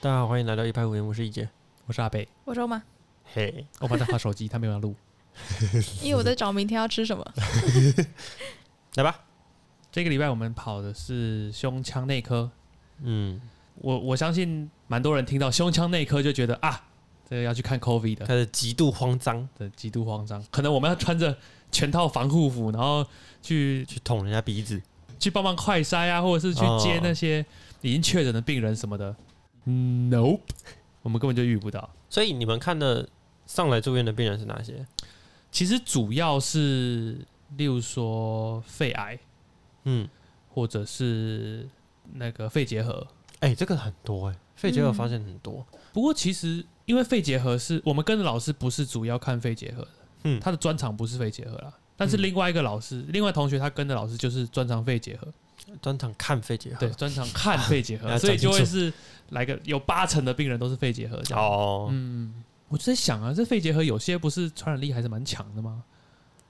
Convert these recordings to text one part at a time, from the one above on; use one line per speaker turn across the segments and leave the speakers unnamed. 大家好，欢迎来到一拍五元，我是一杰。
我是阿贝，
我说嘛，
嘿，
我把他划手机，他没有要录。
因为我在找明天要吃 什么。
来吧。
这个礼拜我们跑的是胸腔内科，
嗯，
我我相信蛮多人听到胸腔内科就觉得啊，这个要去看 COVID 的，
开始极度慌张，
这极度慌张。可能我们要穿着全套防护服，然后去
去捅人家鼻子。
去帮忙快筛啊，或者是去接那些已经确诊的病人什么的。Nope，我们根本就遇不到。
所以你们看的上来住院的病人是哪些？
其实主要是，例如说肺癌，
嗯，
或者是那个肺结核，
哎、这个很多哎、肺结核发现很多。
不过其实因为肺结核是我们跟着老师不是主要看肺结核的，
嗯
他的专长不是肺结核啦。但是
嗯
另外一个老师，另外同学他跟的老师就是专长肺结核，
专场看肺结核。
对，专长看肺结
哦 要
核，
讲
所以就
清楚
会是来个有八成的病人都是肺结核这样。
哦，嗯
嗯，我就在想啊，这肺结核有些不是传染力还是蛮强的吗？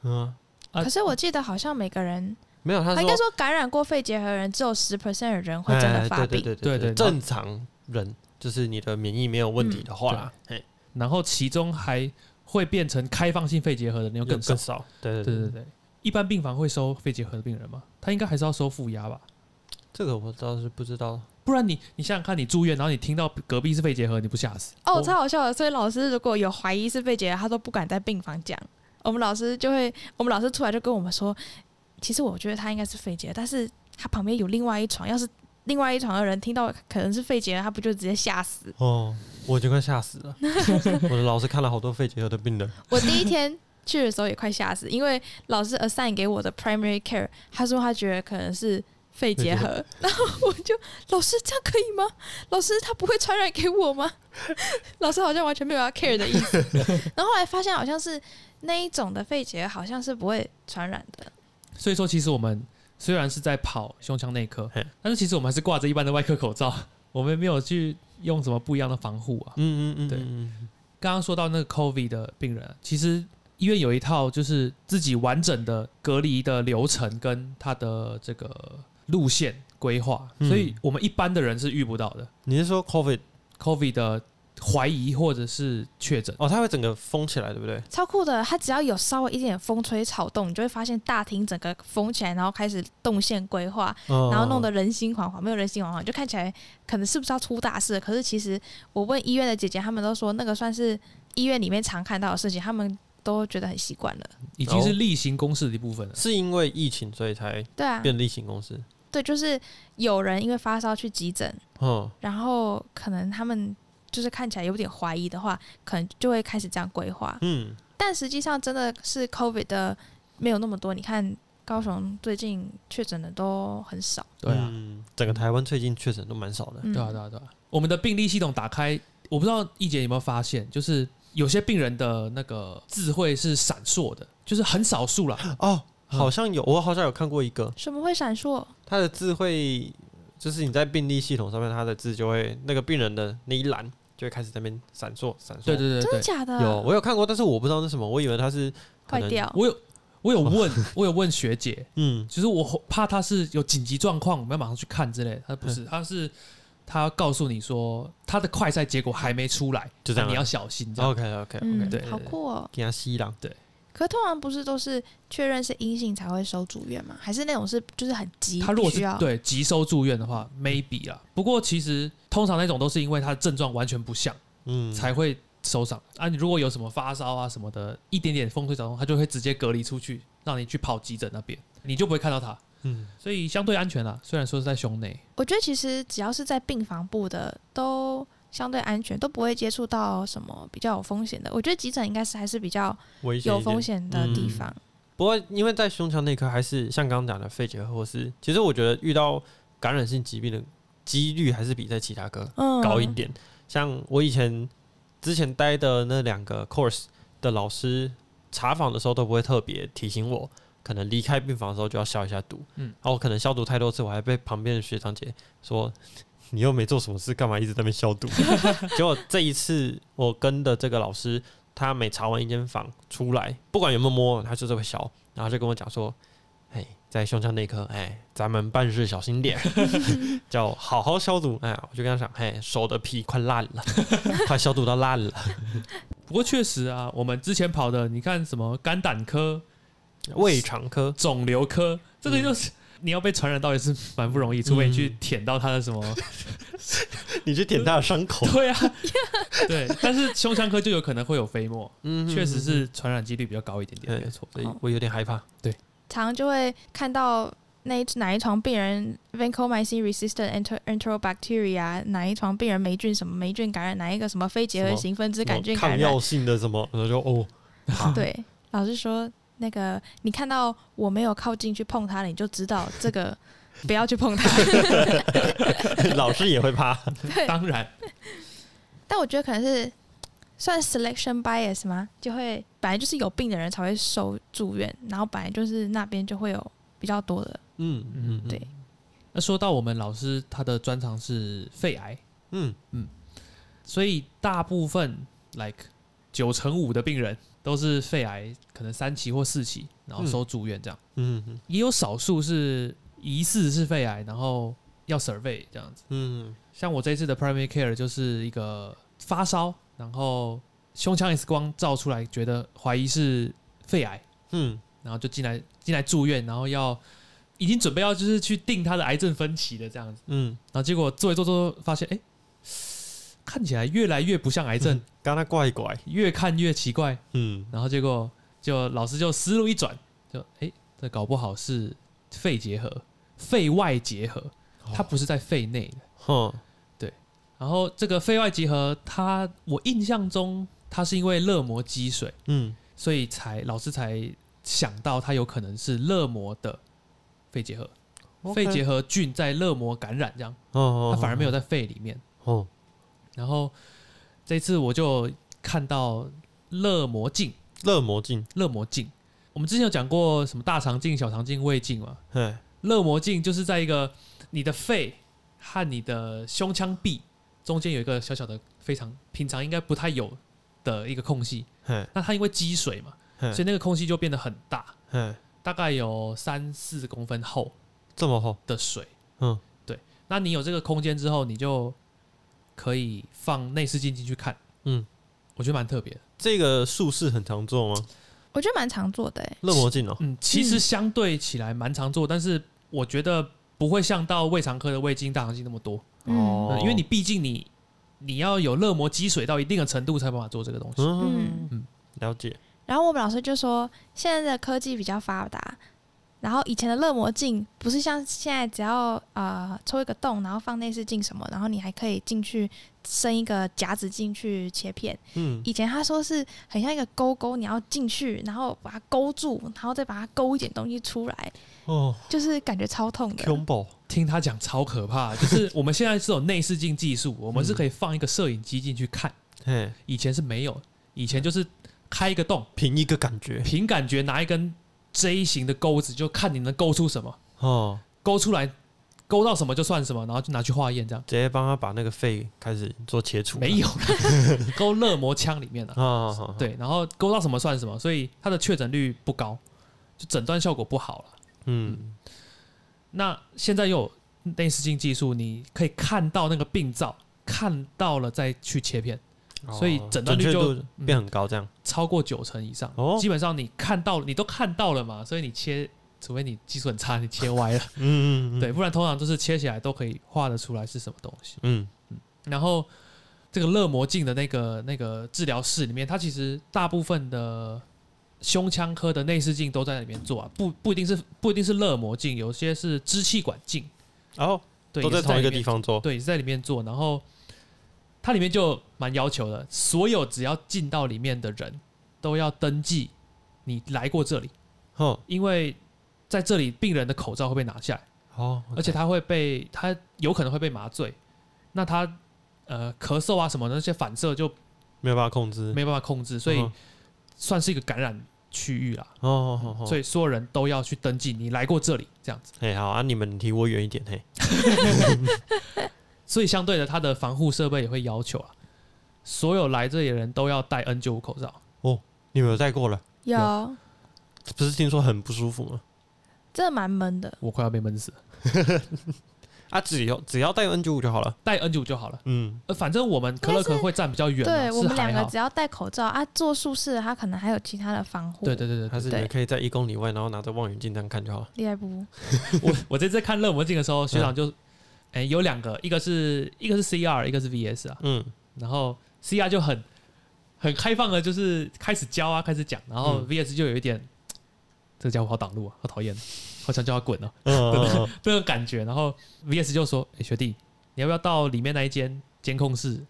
啊，
啊
可是我记得好像每个人，
没有，他
啊
说
应该说感染过肺结核的人只有十 percent 的人会真的发
哎对
病。
对对
对对
正常人就是你的免疫没有问题的话啦，嘿
然后其中还会变成开放性肺结核的人又更
更
少。
少。对对
对对对，一般病房会收肺结核的病人吗？他应该还是要收负压吧？
这个我倒是不知道。
不然你你想想看，你住院，然后你听到隔壁是肺结核，你不吓死？
哦，
我
超好笑的。所以老师如果有怀疑是肺结核，他都不敢在病房讲。我们老师就会，我们老师出来就跟我们说，其实我觉得他应该是肺结核，但是他旁边有另外一床，要是另外一床的人听到可能是肺结核，他不就直接吓死？
哦，我已经快吓死 了。我的老师看了好多肺结核的病人。
我第一天去的时候也快吓死，因为老师 assign 给我的 primary care，他说他觉得可能是肺结核， 然后我就老师这样可以吗？老师他不会传染给我吗？ 老师好像完全没有要 care 的意思。 然后后来发现好像是那一种的肺结核好像是不会传染的，
所以说，其实我们虽然是在跑胸腔内科
嘿，
但是其实我们还是挂着一般的外科口罩，我们没有去用什么不一样的防护啊。
嗯嗯嗯，
对
嗯
刚刚说到那个 COVID 的病人，其实医院有一套就是自己完整的隔离的流程跟他的这个路线规划，
嗯
所以我们一般的人是遇不到的
你是说 COVID
COVID 的怀疑或者是确诊。
哦，它会整个封起来，对不对？
超酷的。它只要有稍微一点风吹草动，你就会发现大厅整个封起来，然后开始动线规划，
然
哦
然后弄得人心惶惶，没有人心惶惶，就看起来可能是不是要出大事了。可是其实我问医院的姐姐，她们都说那个算是医院里面常看到的事情，她们都觉得很习惯了。
已经是例行公事的一部分了。
是因为疫情所以才
对啊，
变例行公司。
对，就是有人因为发烧去急诊，
嗯，
然后可能他们就是看起来有点怀疑的话，可能就会开始这样规划。
嗯，
但实际上真的是 COVID 的没有那么多，你看高雄最近确诊的都很少。
对啊，
嗯，整个台湾最近确诊都蛮少的。
嗯
对啊，对啊，对啊。我们的病历系统打开，我不知道一姐有没有发现，就是有些病人的那个智慧是闪烁的，就是很少数 啦。
哦，好像有，我好像有看过一个，
什么会闪烁？
他的字会，就是你在病历系统上面，他的字就会那个病人的那一栏就会开始在那边闪烁闪烁。
对对
真
对
的
对，
假的？
有我有看过，但是我不知道那是什么，我以为他是可
坏
能。
掉。
我有我有问，我有问学姐，
嗯，
就是我怕她是有紧急状况，我们要马上去看之类的。她不
嗯
是，她是她告诉你说她的快筛结果还没出来，
就这样啊
你要小心这样。
OK OK OK，
嗯
对对，对
好酷哦。
给他吸狼。
可通常不是都是确认是阴性才会收住院吗？还是那种是就是很急，
他如果
必须
是
要
对急收住院的话，maybe 啦。不过其实通常那种都是因为他的症状完全不像。
嗯，
才会收场啊。你如果有什么发烧啊什么的，一点点风吹草动，他就会直接隔离出去，让你去跑急诊那边，你就不会看到他，
嗯，
所以相对安全啦。啊虽然说是在胸内，
我觉得其实只要是在病房部的都相对安全，都不会接触到什么比较有风险的。我觉得急诊应该是还是比较
危险一
有
点
风险的地方。
不过，因为在胸腔内科，还是像刚刚讲的肺结核，或是其实我觉得遇到感染性疾病的几率还是比在其他科
嗯，
高一点。像我以前之前待的那两个 course 的老师查访的时候，都不会特别提醒我，可能离开病房的时候就要消一下毒。嗯
嗯，
然后我可能消毒太多次，我还被旁边的学长姐说。你又没做什么事，干嘛一直在那边消毒？结果这一次我跟的这个老师，他每查完一间房出来，不管有没有摸，他就是会消，然后就跟我讲说：“哎，在胸腔内科，哎，咱们办事小心点，叫好好消毒。哎，我就跟他讲，嘿，手的皮快烂了，快消毒到烂了，
不过确实啊，我们之前跑的，你看什么肝胆科、
胃肠科
肿瘤科，这个就是。你要被传染到也是蛮不容易，除非你去舔到他的什么，
你去舔他的伤口，
对啊，对。但是胸腔科就有可能会有飞沫，
嗯
确实，是传染几率比较高一点
嗯
点，没有错。
所以我有点害怕。
常常就会看到那一哪一床病人 vancomycin resistant enter- enterobacteria，哪一床病人霉菌什么霉菌感染，哪一个什么非结核型分支杆菌
抗
感染
药，性的什么，我就哦，
对，老师说那个你看到我没有靠近去碰它了，你就知道这个不要去碰它。
老师也会怕。
当然，
但我觉得可能是算 selection bias 吗？就会本来就是有病的人才会收住院，然后本来就是那边就会有比较多的，
嗯嗯，嗯
对，
那说到我们老师，他的专长是肺癌，
嗯，
所以大部分 like 九成五的病人都是肺癌，可能三期或四期，然后收住院这样。
嗯嗯
也有少数是疑似是肺癌，然后要 survey 这样子。
嗯
像我这次的 primary care 就是一个发烧，然后胸腔 X 光照出来，觉得怀疑是肺癌，
嗯
然后就进来进来住院，然后要已经准备要就是去定他的癌症分期的这样子。
嗯，
然后结果做一做做，发现哎、诶看起来越来越不像癌症，
刚才怪怪，
越看越奇怪。
嗯
然后结果就老师就思路一转，就哎、诶这搞不好是肺结核、肺外结核，它不是在肺内的。
哼，
然后这个肺外结核，它我印象中它是因为热膜积水，
嗯
所以才老师才想到它有可能是热膜的肺结核。肺结
核，
核菌在热膜感染，这样
哦
它反而没
有，
有在肺里面。
哦，
然后这次我就看到热膜镜，
热魔镜，
热膜镜，我们之前有讲过什么大肠镜、小肠镜、胃镜嘛？
嘿，
热膜镜就是在一个你的肺和你的胸腔壁中间有一个小小的、非常平常应该不太有的一个空隙。
嘿，
那它因为积水嘛，
嘿
所以那个空隙就变得很大，
嘿，
大概有三四公分厚
这么厚，
的水。
嗯，
对。那你有这个空间之后，你就可以放内视镜进去看。
嗯，
我觉得蛮特别的。
这个术式很常做吗？
我觉得蛮常做的、欸。
热魔镜哦，
嗯，其实相对起来蛮常做，但是我觉得不会像到胃肠科的胃镜、大肠镜那么多，
嗯
哦
嗯因为你毕竟你你要有热膜积水到一定的程度才有办法做这个东西。
嗯嗯，了解，
然后我们老师就说，现在的科技比较发达，然后以前的热膜镜不是像现在只要呃抽一个洞，然后放内视镜什么，然后你还可以进去伸一个夹子进去切片。
嗯
以前他说是很像一个钩钩，你要进去，然后把它勾住，然后再把它勾一点东西出来，
哦
就是感觉超痛的。
，combo，
听他讲超可怕， 就是我们现在是有内视镜技术，我们是可以放一个摄影机进去看，
嘿，
以前是没有，以前就是开一个洞，
凭一个感觉，
凭感觉拿一根 J 型的钩子，就看你能勾出什么，
哦，
勾出来勾到什么就算什么，然后就拿去化验这样。
直接帮他把那个肺开始做切除，
没有啦，勾热膜腔里面的、
啊，好，
对，然后勾到什么算什么，所以它的确诊率不高，就诊断效果不好了。
嗯
那现在又有内视镜技术，你可以看到那个病灶，看到了再去切片，
哦，
嗯所以诊断率
确
就嗯
度变很高，这样，
超过九成以上，
哦
基本上你看到你都看到了嘛，所以你切，除非你技术很差，你切歪了，
嗯嗯，嗯
对，，不然通常就是切起来都可以画得出来是什么东西。
嗯
然后这个热膜镜的那个那个治疗室里面，它其实大部分的胸腔科的内视镜都在里面做啊，不不一定是不一定是热膜镜，有些是支气管镜，
然后
对，
哦都
也
在
是
同一
里
个
面
地，方做，
对，也是在里面做。然后它里面就蛮要求的，所有只要进到里面的人都要登记你来过这里，
哼，
因为在这里病人的口罩会被拿下来。
哦，
而且他会被他有可能会被麻醉，那他呃咳嗽啊什么的那些反射就
没有办法控制，
没办法控制，所以
嗯
算是一个感染区域啦。
哦哦哦，
嗯所以所有人都要去登记，你来过这里这样子。
嘿，好啊，你们离我远一点，嘿，
所以相对的，他的防护设备也会要求啊，所有来这里的人都要戴 N 9 5口罩。
你们有戴过了？
有，
不是听说很不舒服吗？
真的蛮闷的。
我快要被闷死了。
啊，只有只要带 N 九五就好了。
戴 N 九就好了，
嗯，
呃，反正我们可乐可会站比较远啊，
对我
是
们两
还
个
好
只。要戴口罩啊，做术式的他可能还有其他的防护。
对对对对，
还是你
对
们可以在一公里外，然后拿着望远镜这样看就好了。
厉害不？
我我这次在看热魔镜的时候，学长
嗯
就，哎、有两个，一个是一个是 CR，一个是 VS 啊。
嗯，
然后 CR 就很很开放的，就是开始教啊，开始讲，然后
嗯
VS 就有一点，这个家伙好挡路啊，好讨厌，好想叫他滚啊，
嗯嗯嗯
那种感觉。然后 VS 就说：“哎、学弟，你要不要到里面那一间监控室？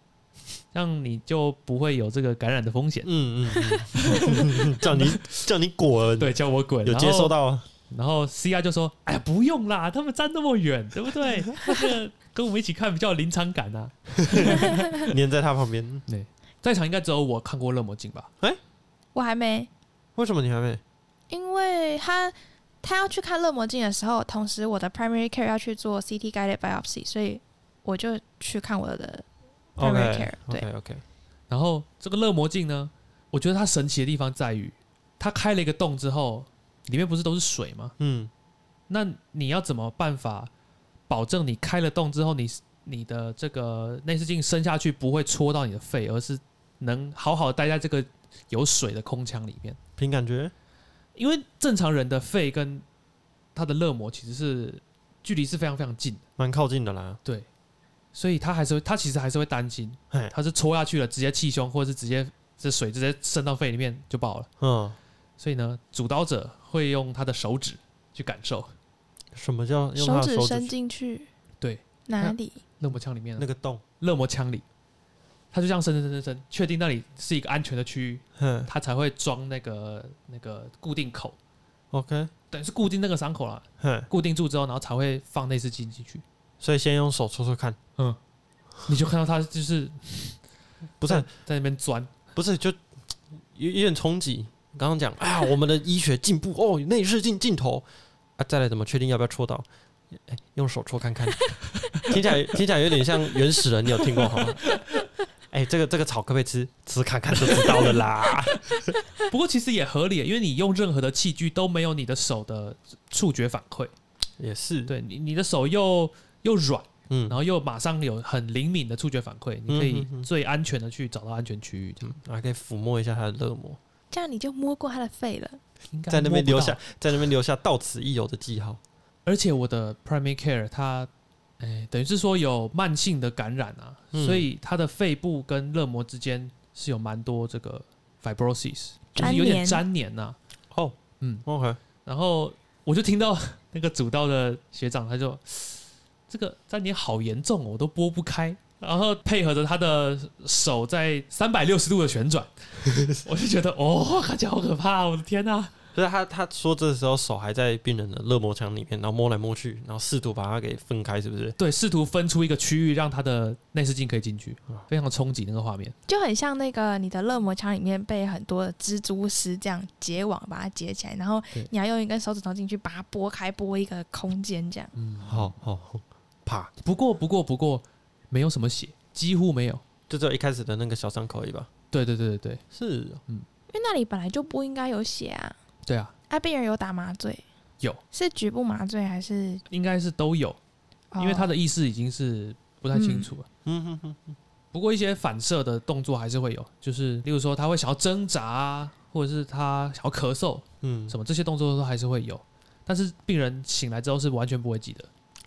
这样你就不会有这个感染的风险。
嗯嗯嗯，叫你叫你滚，”，
对，叫我滚，
有接收。到啊，
然后 C R 就说：“哎呀，不用啦，他们站那么远，对不对？那个跟我们一起看比较有临场感啊。
粘在他旁边。”
在场应该只有我看过热魔镜吧？
我还没，
为什么你还没？
因为他他要去看热魔镜的时候，同时我的 primary care 要去做 CT guided biopsy，所以我就去看我的 primary care
OK。
对，
OK OK，
然后这个热魔镜呢，我觉得它神奇的地方在于，它开了一个洞之后，里面不是都是水吗？
嗯，
那你要怎么办法保证你开了洞之后，你你的这个内视镜伸下去不会戳到你的肺，而是能好好待在这个有水的空腔里面？
凭感觉，
因为正常人的肺跟他的热膜其实是距离是非常非常近的，
蛮靠近的啦。
对，所以他还是会，他其实还是会担心
嘿，
他是戳下去了，直接气胸，或者是直接这水直接渗到肺里面就爆了。
嗯，
所以呢，主刀者会用他的手指去感受
什么叫用
手
他的
指
手
伸
指去
进去，
对，
哪里？
热膜腔里面啊
那个洞？
热膜腔里，他就这样伸伸伸伸伸，确定那里是一个安全的区域，
嗯
他才会装那个那个固定口，
，OK，
等于是固定那个伤口了，
哼，
固定住之后，然后才会放内视镜进去。
所以先用手戳戳看，
你就看到他就是
不是
在在那边钻，
不是，就有有点冲击。刚刚讲啊，我们的医学进步哦，内视镜镜头啊，再来怎么确定要不要戳到？哎，用手戳看看， 听起来听起来有点像原始人，你有听过好吗？ 哎，这个这个草可不可以吃？吃看看就知道了 啦。
不过其实也合理，因为你用任何的器具都没有你的手的触觉反馈，
也是，
对你你的手又又软，
嗯
然，后又马上有很灵敏的触觉反馈，你可以
嗯哼哼
最安全的去找到安全区域，这样
嗯还可以抚摸一下他的热膜，
这样你就摸过他的肺了。
应该
在那边留
摸
下
不到。，
在那边留下到此一游的记号。
而且我的 primary care 它，哎、等于是说有慢性的感染啊，
嗯
所以它的肺部跟热膜之间是有蛮多这个 fibrosis，就是
粘
有点
连
粘连呐、
哦，
嗯，
OK，
然后我就听到那个主道的学长，他就这个粘连好严重哦，我都拨不开。然后配合着他的手在三百六十度的 旋转，我就觉得哦，看起来好可怕！我的天啊呐、
就是他他说这时候手还在病人的热膜腔里面，然后摸来摸去，然后试图把它给分开，是不是？
对，试图分出一个区域让他的内视镜可以进去
啊，
非常冲击那个画面。
就很像那个你的热膜腔里面被很多的蜘蛛丝这样结网把它结起来，然后
对
你要用一根手指头进去把它拨开，拨一个空间这样。
嗯
好好好啪，
不过，不过，不过，没有什么血，几乎没有。
就只有一开始的那个小伤口而已吧？
对对对对对
是哦，
因为那里本来就不应该有血啊。
对啊，
啊，病人有打麻醉，
有
是局部麻醉还是？
应该是都有，
哦
因为他的意识已经是不太清楚了。
嗯哼哼，
不过一些反射的动作还是会有，就是例如说他会想要挣扎啊，或者是他想要咳嗽
嗯，
什么这些动作都还是会有，但是病人醒来之后是完全不会记得。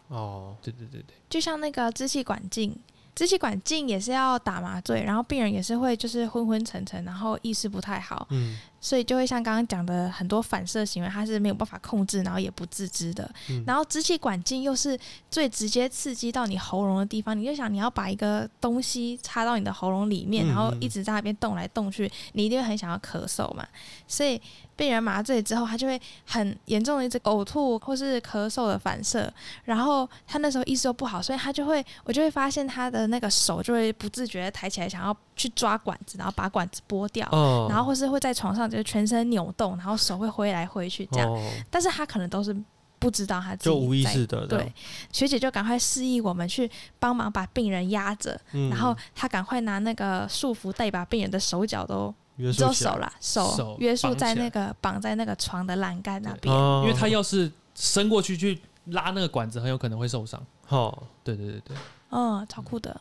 哦，
对对对对，
就像那个支气管镜，支气管镜也是要打麻醉，然后病人也是会就是昏昏沉沉，然后意识不太好，
嗯
所以就会像刚刚讲的很多反射行为，他是没有办法控制，然后也不自知的。
嗯
然后支气管镜又是最直接刺激到你喉咙的地方，你就想你要把一个东西插到你的喉咙里面，
嗯
然后一直在那边动来动去，你一定会很想要咳嗽嘛。所以被人麻醉之后，他就会很严重的一直呕吐或是咳嗽的反射，然后他那时候意识又不好，所以他就会我就会发现他的那个手就会不自觉的抬起来，想要去抓管子，然后把管子拨掉。
哦，
然后或是会在床上就是全身扭动，然后手会挥来挥去这样，
哦，
但是他可能都是不知道他自己
就无意
在
识的，这
对
样，，
学姐就赶快示意我们去帮忙把病人压着，
嗯
然后她赶快拿那个束缚带把病人的手脚都，
约
只有
束起来
手啦，手
手
约束
绑
在
起来
那个绑在那个床的栏杆那边。
哦
因为他要是伸过去去拉那个管子，很有可能会受伤。
好，
对对对对，
嗯，超酷的，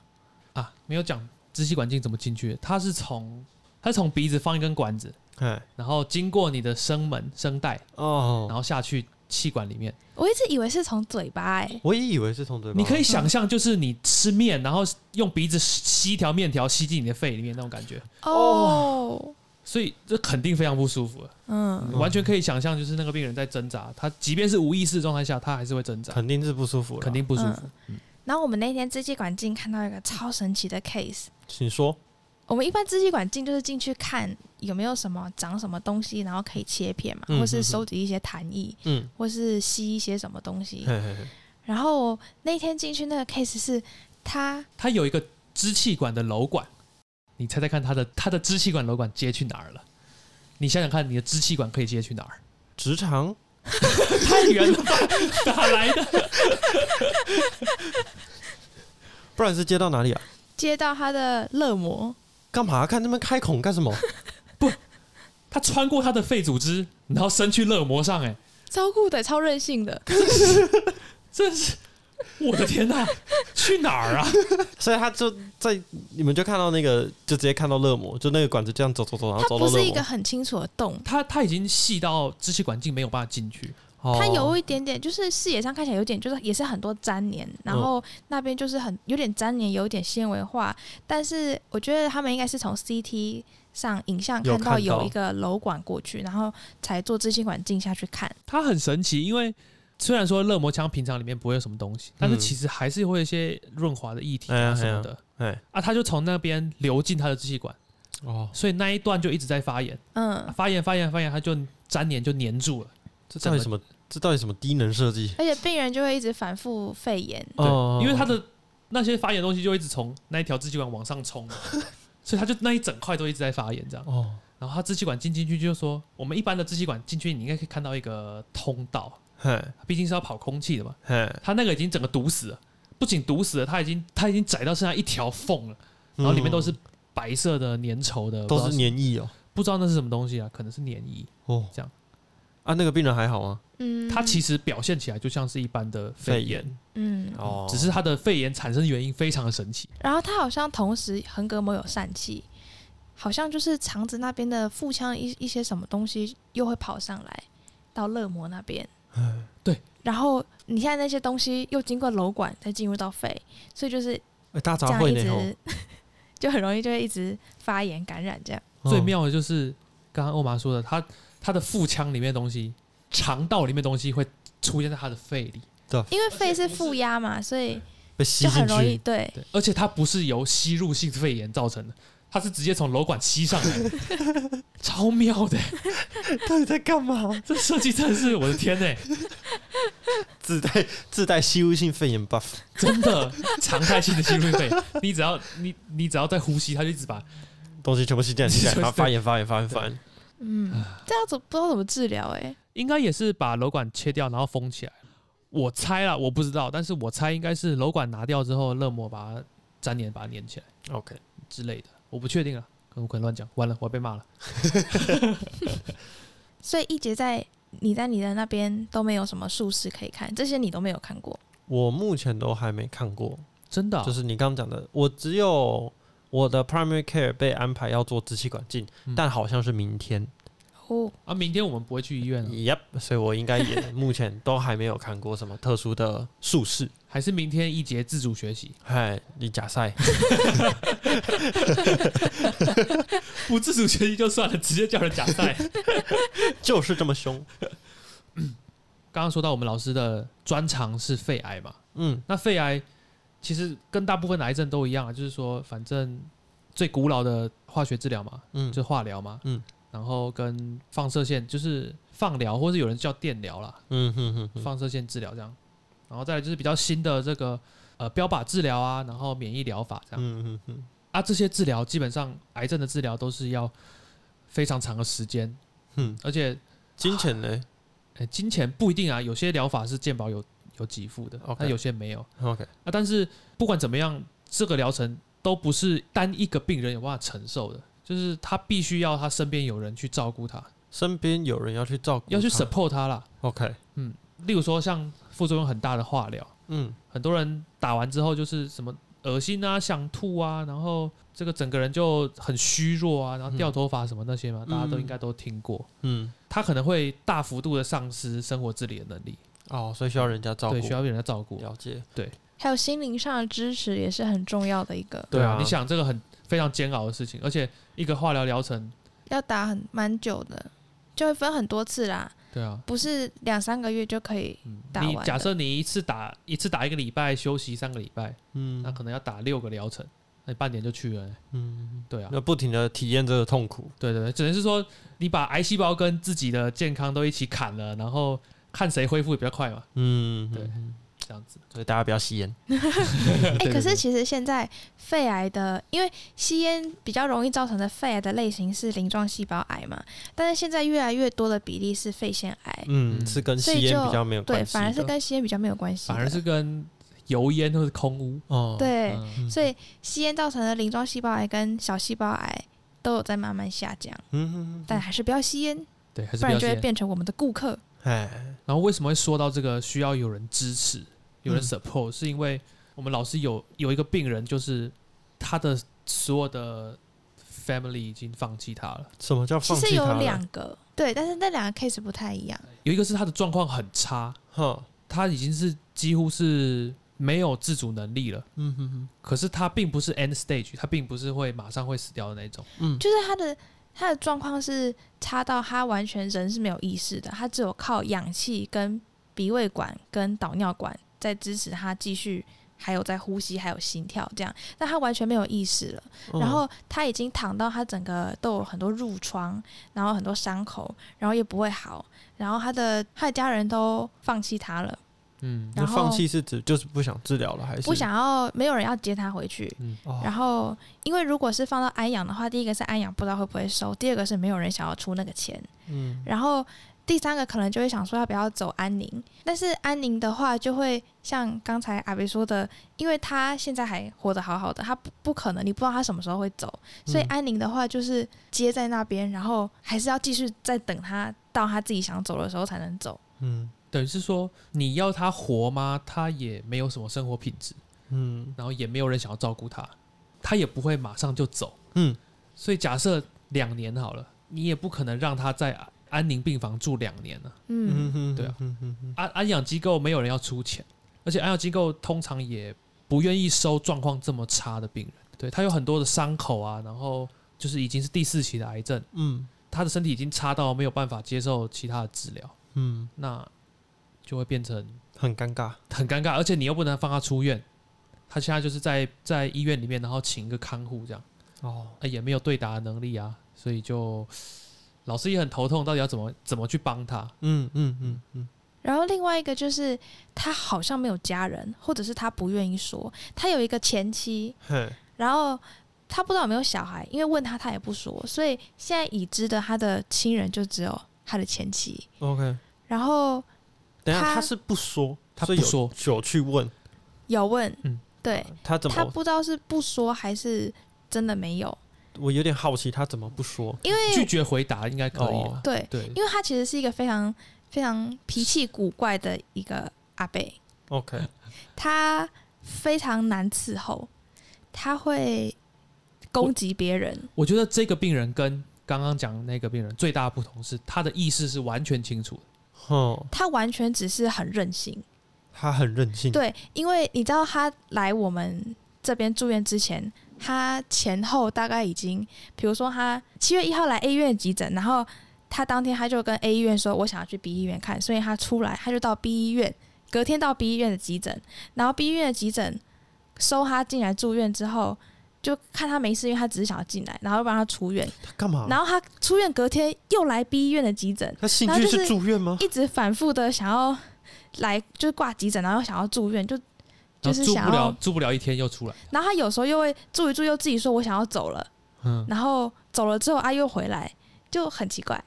啊，没有讲支气管镜怎么进去的，它是从它是从鼻子放一根管子，
哎，
然后经过你的声门声带，然
哦，
后下去气管里面。
我一直以为是从嘴巴哎、
我也以为是从嘴巴，
你可以想象，就是你吃面，然后用鼻子吸一条面条吸进你的肺里面那种感觉，
哦，
所以这肯定非常不舒服。啊
嗯，
完全可以想象，就是那个病人在挣扎，他即便是无意识状态下，他还是会挣扎，
哦肯定是不舒服了，
肯定不舒服。
然后我们那天支气管镜看到一个超神奇的 case，
请说，
我们一般支气管镜就是进去看有没有什么长什么东西，然后可以切片嘛，
嗯
或是
嗯
收集一些痰液，
嗯，
或是吸一些什么东西。
嘿嘿嘿，
然后那天进去那个 case 是他
他有一个支气管的瘘管，你猜猜看，他的他的支气管瘘管接去哪儿了？你想想看，你的支气管可以接去哪儿？
直肠
太远了吧，哪来的？
不然是接到哪里啊？
接到他的热膜，
干嘛看那边开孔 干什么？
他穿过他的肺组织，然后伸去热膜上、哎，
超酷的，超任性的，
真是我的天哪、去哪儿啊？
所以他就在你们就看到那个，就直接看到热膜，就那个管子这样走走走，然后
它
走
不
哦到
是
热
一个
膜。
很清楚的洞，
他他已经细到支气管镜没有办法进去，
哦
它有一点点，就是视野上看起来有点，就是也是很多粘连，然
嗯
后那边就是很有点粘连，有点纤维化。但是我觉得他们应该是从 CT 上影像
有
看到
看到
有一个瘘管过去，然后才做支气管镜下去看。
它很神奇，因为虽然说热膜腔平常里面不会有什么东西，但是
嗯
其实还是会有一些润滑的液体
哎呀
啊什么的
哎
啊，它就从那边流进它的支气管，
哦，
所以那一段就一直在发炎，啊
嗯，
发炎发炎发炎，它就粘黏就黏住了。
这到底什么？这到底什么低能设计？
而且病人就会一直反复肺炎。
对，
哦
因为它的那些发炎的东西就一直从那一条支气管往上 冲，所以它就那一整块都一直在发炎这样。
哦，
然后它支气管进进去就说，我们一般的支气管进去，你应该可以看到一个通道，
嘿
毕竟是要跑空气的嘛。
嘿，
它那个已经整个堵死了，不仅堵死了，它已经它已经窄到剩下一条缝了，然后里面都是白色的粘稠的，
嗯
不
都
知道
是黏液哦
不知道那是什么东西啊，可能是粘液。
哦，
这样
啊，那个病人还好吗？
嗯，
它其实表现起来就像是一般的肺炎，
嗯，
哦，
只是它的肺炎产生的原因非常的神奇。
然后他好像同时横膈膜有疝气，好像就是肠子那边的腹腔一一些什么东西又会跑上来到热膜那边。
嗯
对。
然后你现在那些东西又经过瘘管再进入到肺，所以就是
哎大
这
杂
样
烩
一
呢
直、
吼
就很容易就会一直发炎感染这样。
哦，
最妙的就是刚刚欧玛说的，它它的腹腔里面的东西、肠道里面的东西会出现在它的肺里，
因为肺是负压嘛，所以
被吸
就很
进
容易
去，
对。
对，而且它不是由吸入性肺炎造成的。它是直接从瘘管吸上来的， 超妙的！
到底在干嘛？
这设计真的是我的天呢、
自带自带吸入性肺炎 buff，
真的常态性的吸入肺，你只要你你只要在呼吸，它就一直把
东西全部吸进来，吸 进来，然后发炎发炎发炎发炎。
嗯，这样子不知道怎么治疗哎、
应该也是把瘘管切掉，然后封起来。我猜啦，我不知道，但是我猜应该是瘘管拿掉之后，热膜把它粘黏，把它粘起来
OK，
之类的，我不确定了，可能我可能乱讲，完了我要被骂了。
所以一直在你在你的那边都没有什么术式可以看，这些你都没有看过。
我目前都还没看过，
真的啊、
就是你刚刚讲的，我只有我的 primary care 被安排要做支气管镜，
嗯
但好像是明天。
哦，
啊，明天我们不会去医院了，啊
Yep，所以我应该也目前都还没有看过什么特殊的术式。
还是明天一节自主学习？
嗨，你假赛，
不自主学习就算了，直接叫人假赛。
就是这么凶。
刚刚说到我们老师的专长是肺癌嘛，
嗯，
那肺癌其实跟大部分的癌症都一样啊，就是说，反正最古老的化学治疗嘛，
嗯
就化疗嘛，
嗯，
然后跟放射线就是放疗，或者有人叫电疗啦，
嗯哼哼哼，
放射线治疗这样，然后再来就是比较新的这个呃标靶治疗啊，然后免疫疗法这样、
嗯哼哼，
啊，这些治疗基本上癌症的治疗都是要非常长的时间，
嗯，
而且、
金钱呢
呃金钱不一定啊，有些疗法是健保有有给付的，
OK
那有些没有。
？OK，
啊，但是不管怎么样，这个疗程都不是单一个病人有办法承受的，就是他必须要他身边有人去照顾他，
哦身边有人要去照顾他，
要去 support 他啦。
OK，
嗯，例如说像副作用很大的化疗，
嗯，
很多人打完之后就是什么恶心啊、想吐啊，然后这个整个人就很虚弱啊，然后掉头发什么那些嘛，
嗯
大家都应该都听过。
嗯，
他可能会大幅度的丧失生活自理的能力，
哦，所以需要人家照顾，
对，需要被人家照顾。
了解，
还有心灵上的支持也是很重要的一个，
对啊
你想这个很非常煎熬的事情，而且一个化疗疗程，
要打很蛮久的，就会分很多次啦，
对啊，
不是两三个月就可以。
嗯，
打
你
完的
假设你一次打一次打一个礼拜，休息三个礼拜，
嗯
那可能要打六个疗程，那你半年就去了、
嗯，
对啊，
那不停的体验这个痛苦，
对对对，只能是说你把癌细胞跟自己的健康都一起砍了，然后看谁恢复得比较快嘛，
嗯，
对
嗯
这样子。
所以大家不要吸烟，
哎
哎、可是其实现在肺癌的，因为吸烟比较容易造成的肺癌的类型是鳞状细胞癌嘛，但是现在越来越多的比例是肺腺癌，
嗯，
嗯
是跟
所以
吸烟
就
比较没有关
对，
系的，
反而是跟吸烟比较没有关系的，
反而是跟油烟或是空污，
哦，
对，
嗯
嗯，
所以吸烟造成的鳞状细胞癌跟小细胞癌都有在慢慢下降，
嗯，
但还是不要吸烟，
对，还是
不
不
然
要
就
吸
会
烟。
变成我们的顾客。
哎，
然后为什么会说到这个需要有人支持、有人
嗯
support，、是因为我们老师有有一个病人，就是他的所有的 family 已经放弃他了。
什么叫
其
哦放
实
弃它
有
了嗯
两，个，对，但是那两个 case 不太一样。
有一个是他的状况很差，
哈，
他已经是几乎是没有自主能力了。
嗯哼哼，
可是他并不是 end stage，他并不是会马上会死掉的那种。
嗯，
就是他的他的状况是差到他完全人是没有意识的，他只有靠氧气跟鼻胃管跟导尿管在支持他继续。还有在呼吸，还有心跳，这样，但他完全没有意识了。
嗯
然后他已经躺到他整个都有很多褥疮，然后很多伤口，然后也不会好。然后他的他的家人都放弃他了，
嗯，
那
然
放
后
弃是指就是不想治疗了，还是
不？想要，没有人要接他回去。
哦
然后，因为如果是放到安养的话，第一个是安养不知道会不会收，第二个是没有人想要出那个钱，
嗯，
然后第三个可能就会想说啊要不要走安宁，但是安宁的话就会像刚才阿北说的，因为他现在还活得好好的，他不不可能，你不知道他什么时候会走，所以
嗯
安宁的话就是接在那边，然后还是要继续再等他到他自己想走的时候才能走。
嗯
等于是说你要他活吗？他也没有什么生活品质，
嗯
然后也没有人想要照顾他，他也不会马上就走。
嗯，
所以假设两年好了，你也不可能让他在安宁病房住两年呢、
嗯，
嗯哼，
对啊
嗯哼，嗯哼，
安安养机构没有人要出钱，而且安养机构通常也不愿意收状况这么差的病人。对他有很多的伤口啊，然后就是已经是第四期的癌症，
嗯
他的身体已经差到没有办法接受其他的治疗，
嗯，
那就会变成
很尴尬，
很尴尬，而且你又不能放他出院，他现在就是在在医院里面，然后请一个看护这样，
哦，
呃、也没有对答的能力啊，所以就老师也很头痛，到底要怎么怎么去帮他？
嗯嗯嗯嗯，
然后另外一个就是他好像没有家人，或者是他不愿意说，他有一个前妻，
嘿，
然后他不知道有没有小孩，因为问他他也不说，所以现在已知的他的亲人就只有他的前妻。
OK，
然后
等一下
他
他是不说，
他
所以
不
有
说
有去问
有问，
嗯
对
他怎
他
么，
不知道是不说还是真的没有，
我有点好奇他怎么不说，
因为
拒绝回答应该可以
哦
了，
对，
对，
因为他其实是一个非常非常脾气古怪的一个阿贝，
OK，
他非常难伺候，他会攻击别人，
我觉得这个病人跟刚刚讲那个病人最大的不同是，他的意识是完全清楚的。
哼，
他完全只是很任性。
他很任性，
对，因为你知道他来我们这边住院之前，他前后大概已经，比如说他七月一号来 A 医院急诊，然后他当天他就跟 A 医院说，我想要去 B 医院看，所以他出来他就到 B 医院，隔天到 B 医院的急诊，然后 B 医院的急诊收他进来住院之后。就看他没事，因为他只是想要进来，然后让他出院。
他干嘛？
然后他出院隔天又来 B 医院的急诊，
他兴
然后
趣
就是是
住院吗？
一直反复的想要来，就是挂急诊，然后想要住院，就就
然后
是
住
想
不了
要，。
住不了一天又出来，
然后他有时候又会住一住，又自己说我想要走了，
嗯，
然后走了之后啊又回来，就很奇怪。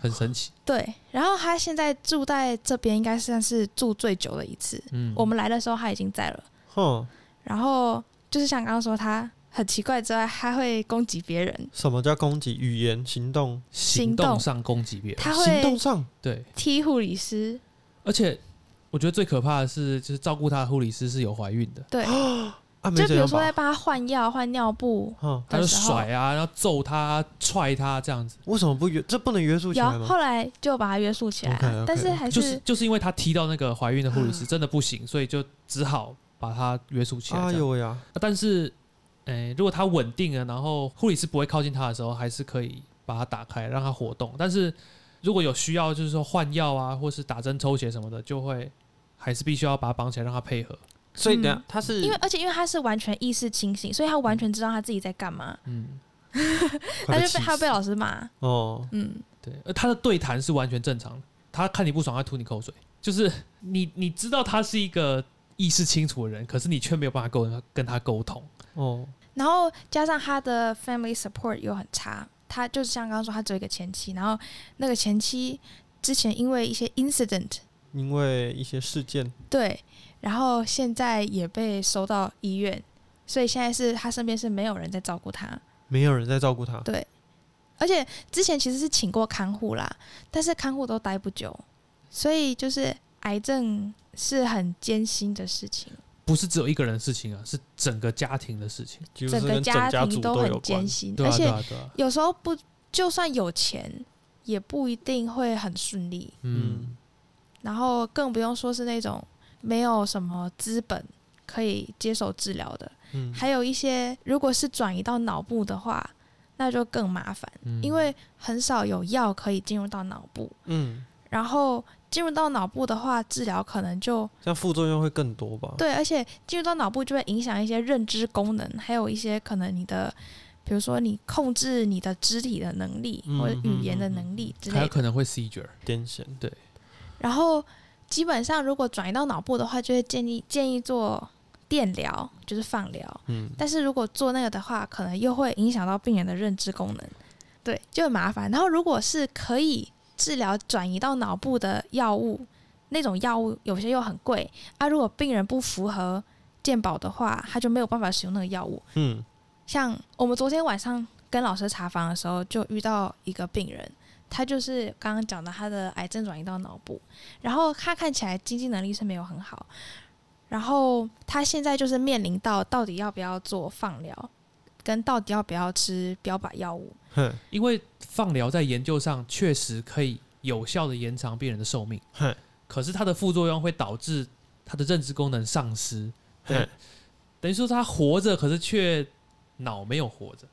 很神奇，
对，然后他现在住在这边，应该算是住最久的一次。
嗯，
我们来的时候他已经在了，
哼，
然后就是像刚刚说，他很奇怪之外，还会攻击别人，
什么叫攻击？语言、行动，
行
行动
上攻击别人，
他
行
会
动上，
对，
踢护理师，
而且我觉得最可怕的是，就是照顾他的护理师是有怀孕的，
对，
啊，没
就比
怎
如
样
说在
吧？
帮他换药、换尿布，
嗯，
他就
的时候
甩啊，然后揍他、踹他这样子，
为什么不约？这不能约束起
有
来吗？
后来就把他约束起来
OK，OK，
啊，但啊是还
就是
是
就是因为他踢到那个怀孕的护理师，真的不行，所以就只好把他约束起来这
哎
样。
呦呀，
啊但是，诶、如果他稳定了，然后护理师不会靠近他的时候，还是可以把它打开，让它活动。但是如果有需要，就是说换药啊，或是打针、抽血什么的，就会还是必须要把它绑起来，让它配合。
所以等下
嗯
他是
因为而且因为他是完全意识清醒，所以他完全知道他自己在干嘛，
嗯，
快
他就
气
被他
死
被老师骂，
哦，
嗯，
对。而他的对谈是完全正常的，他看你不爽，他吐你口水，就是你你知道他是一个意识清楚的人，可是你却没有办法跟他跟他沟通。
哦，
然后加上他的 family support 又很差，他就是像刚刚说，他只有一个前妻，然后那个前妻之前因为一些 incident，
因为一些事件，
对，然后现在也被收到医院，所以现在是他身边是没有人在照顾他，
没有人在照顾他。
而且之前其实是请过看护啦，但是看护都待不久，所以就是癌症是很艰辛的事情，
不是只有一个人的事情啊，是整个家庭的事情。
几乎
整
是
个
跟整家
庭
族
都
有
很
关
艰。辛，
对
而
啊，对
且
啊，对啊。
有时候不就算有钱，也不一定会很顺利，
嗯，
嗯，
然后更不用说是那种没有什么资本可以接受治疗的，
嗯
还有一些如果是转移到脑部的话，那就更麻烦，
嗯
嗯因为很少有药可以进入到脑部，
嗯，
然后进入到脑部的话，治疗可能就
这样副作用会更多吧？
对，而且进入到脑部就会影响一些认知功能，还有一些可能你的，比如说你控制你的肢体的能力
嗯
或者语言的
嗯嗯
能力之
还
类
有
的。
可能会 seizure。
癫痫，
然后基本上如果转移到脑部的话，就会建议建议做电疗，就是放疗。
嗯，
但是如果做那个的话，可能又会影响到病人的认知功能，对，就很麻烦。然后如果是可以治疗转移到脑部的药物，那种药物有些又很贵啊。如果病人不符合健保的话，他就没有办法使用那个药物。
嗯，
像我们昨天晚上跟老师查房的时候，就遇到一个病人，他就是刚刚讲的他的癌症转移到脑部，然后他看起来经济能力是没有很好，然后他现在就是面临到到底要不要做放疗，跟到底要不要吃标靶药物。
哼
因为放疗在研究上确实可以有效的延长病人的寿命
嘿，
可是它的副作用会导致他的认知功能丧失，
哼，
等于说他活着，可是却脑没有活着，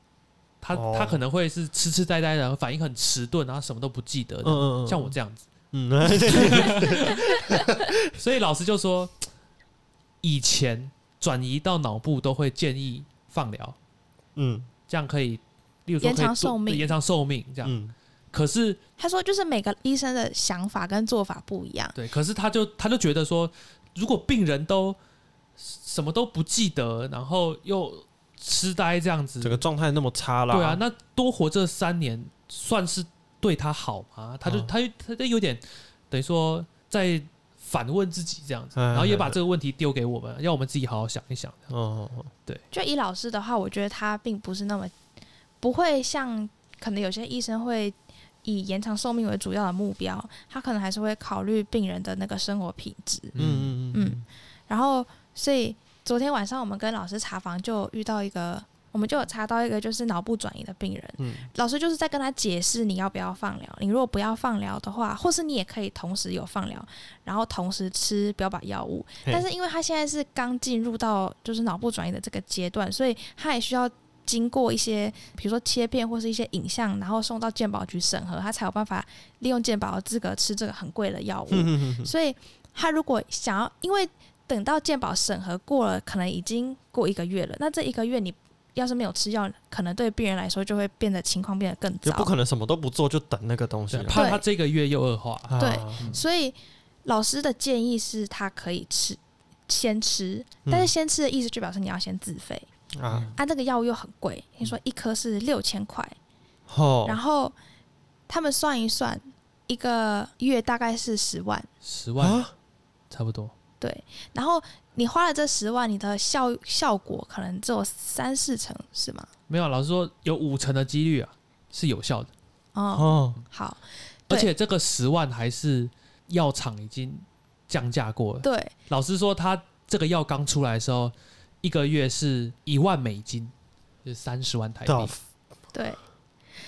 他、
哦
他可能会是痴痴呆呆的，反应很迟钝，然后什么都不记得
嗯
的，
嗯嗯，
呃像我这样子。
嗯，
所以老师就说，以前转移到脑部都会建议放疗，
嗯
这样可以，例如说可以
延长
多
寿命
延长寿命这样。
嗯，
可是
他说，就是每个医生的想法跟做法不一样，
对，可是他就他就觉得说，如果病人都什么都不记得，然后又痴呆这样子，
整个状态那么差啦。
对啊，那多活这三年算是对他好吗？他就、
嗯
他就他就有点等于说在反问自己这样子，
嗯
然后也把这个问题丢给我们，要我们自己好好想一想。
哦，哦，哦
就以老师的话，我觉得他并不是那么不会像可能有些医生会以延长寿命为主要的目标，他可能还是会考虑病人的那个生活品质。
嗯
嗯，
嗯嗯
然后，所以昨天晚上我们跟老师查房就遇到一个，我们就有查到一个就是脑部转移的病人，
嗯
老师就是在跟他解释你要不要放疗，你如果不要放疗的话，或是你也可以同时有放疗，然后同时吃标靶药物。
嘿
但是因为他现在是刚进入到就是脑部转移的这个阶段，所以他也需要经过一些，比如说切片或是一些影像，然后送到健保局审核，他才有办法利用健保的资格吃这个很贵的药物。
嗯嗯嗯，
所以他如果想要，因为等到健保审核过了，可能已经过一个月了，那这一个月你要是没有吃药，可能对病人来说就会变得情况变得更
就
糟
不。可能什么都不做就等那个东西啊
对，
了。
怕他这个月又恶化。
啊
对所以老师的建议是他可以吃，先吃，
嗯
但是先吃的意思就表示你要先自费。
啊，
啊，那个药物又很贵，你说一颗是六千块，
哦，
然后他们算一算，一个月大概是十万。
十万
啊，
差不多，
对，然后你花了这十万，你的效效果可能只有三四成，是吗？
没有老师说有五成的几率啊是有效的，
哦，
哦，
好，
而
对
且这个十万还是药厂已经降价过了。
对，
老师说他这个药刚出来的时候，一个月是一万美金，就是三十万台币
对，啊
对，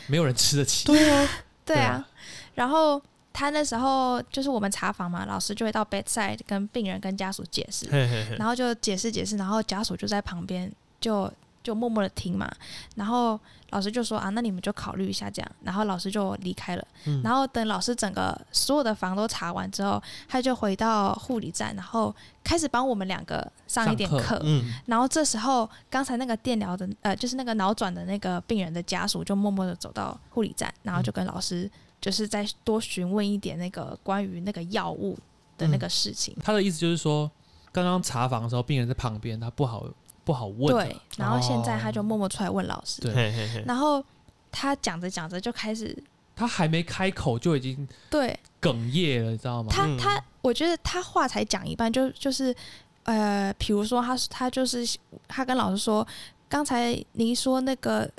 没有人吃得起。
对啊，
对
对
啊
啊。
然后他那时候就是我们查房嘛，老师就会到 bedside 跟病人跟家属解释，
嘿嘿嘿，
然后就解释解释，然后家属就在旁边就就默默的听嘛，然后老师就说啊，那你们就考虑一下这样，然后老师就离开了，
嗯
然后等老师整个所有的房都查完之后，他就回到护理站，然后开始帮我们两个上一点
上
课，
课
嗯，
然后这时候，刚才那个电疗的，呃，就是那个脑转的那个病人的家属，就默默的走到护理站，然后就跟老师就是再多询问一点那个关于那个药物的那个事情。
他的意思就是说，刚刚查房的时候，病人在旁边，他不好不好问哦啊。
对，然后现在他就默默出来问老师，
对
嘿嘿嘿，
然后他讲着讲着就开始，
他还没开口就已经
对
哽咽了，你知道吗？
他
嗯
他，我觉得他话才讲一半，就就是呃，比如说他他就是他跟老师说，刚才您说那个，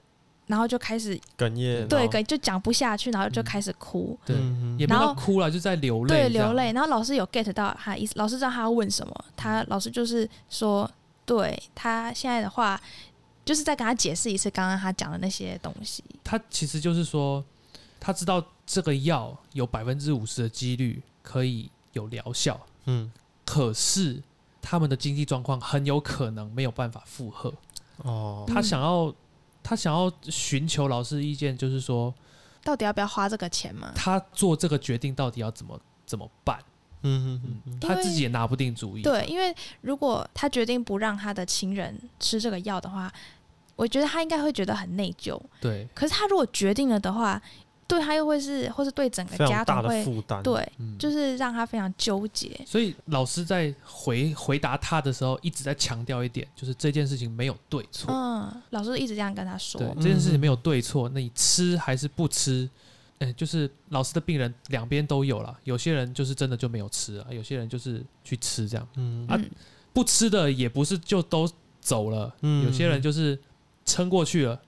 然后就开始
哽咽，
对，
然后，
跟就讲不下去，然后就
嗯
开始哭。
对，
嗯
也
嗯
没
然
有
后
哭了，就在流泪，
对，流泪。。然后老师有 get 到他意思，老师知道他要问什么，
嗯
他老师就是说，对他现在的话，就是再跟他解释一次刚刚他讲的那些东西。
他其实就是说，他知道这个药有百分之五十的几率可以有疗效，
嗯，
可是他们的经济状况很有可能没有办法负荷。
哦，
他想要，他想要寻求老师意见，就是说
到底要不要花这个钱嘛？
他做这个决定到底要怎么怎么办？
嗯嗯嗯嗯，
他自己也拿不定主意。
对，因为如果他决定不让他的情人吃这个药的话，我觉得他应该会觉得很内疚。
对，
可是他如果决定了的话，对他又会是，或是对整个
非
家
常大
庭会
的，负担，，
对，
嗯，
就是让他非常纠结。
所以老师在回回答他的时候，一直在强调一点，就是这件事情没有对错。
嗯，老师一直这样跟他说
对，
嗯
这
嘛。
件事情没有对错，那你吃还是不吃？嗯，就是老师的病人两边都有啦，有些人就是真的就没有吃啊，有些人就是去吃这样，
嗯
啊
嗯，
不吃的也不是就都走了，
嗯
有些人就是撑过去了，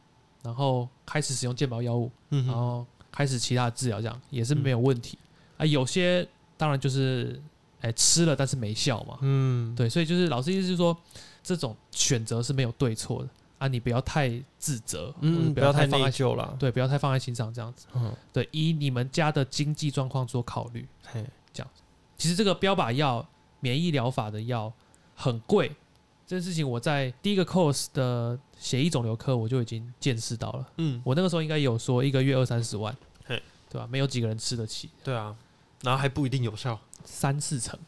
然后开始使用健保药物，
嗯
然后开始其他的治疗，这样也是没有问题啊。有些当然就是哎、吃了但是没效嘛，
嗯，
对，所以就是老师意思是说，这种选择是没有对错的啊，你不要太自责，或者
嗯，
不
不要太
太
内
放在心
疚了，
对，不要太放在心上，这样子。
嗯，
对，以你们家的经济状况做考虑。
嘿，
其实这个标靶药、免疫疗法的药很贵，这件事情我在第一个 course 的血液肿瘤科我就已经见识到了。
嗯，
我那个时候应该有说一个月二三十万，
嘿
对吧？没有几个人吃得起，
对啊，然后还不一定有效，
三四成。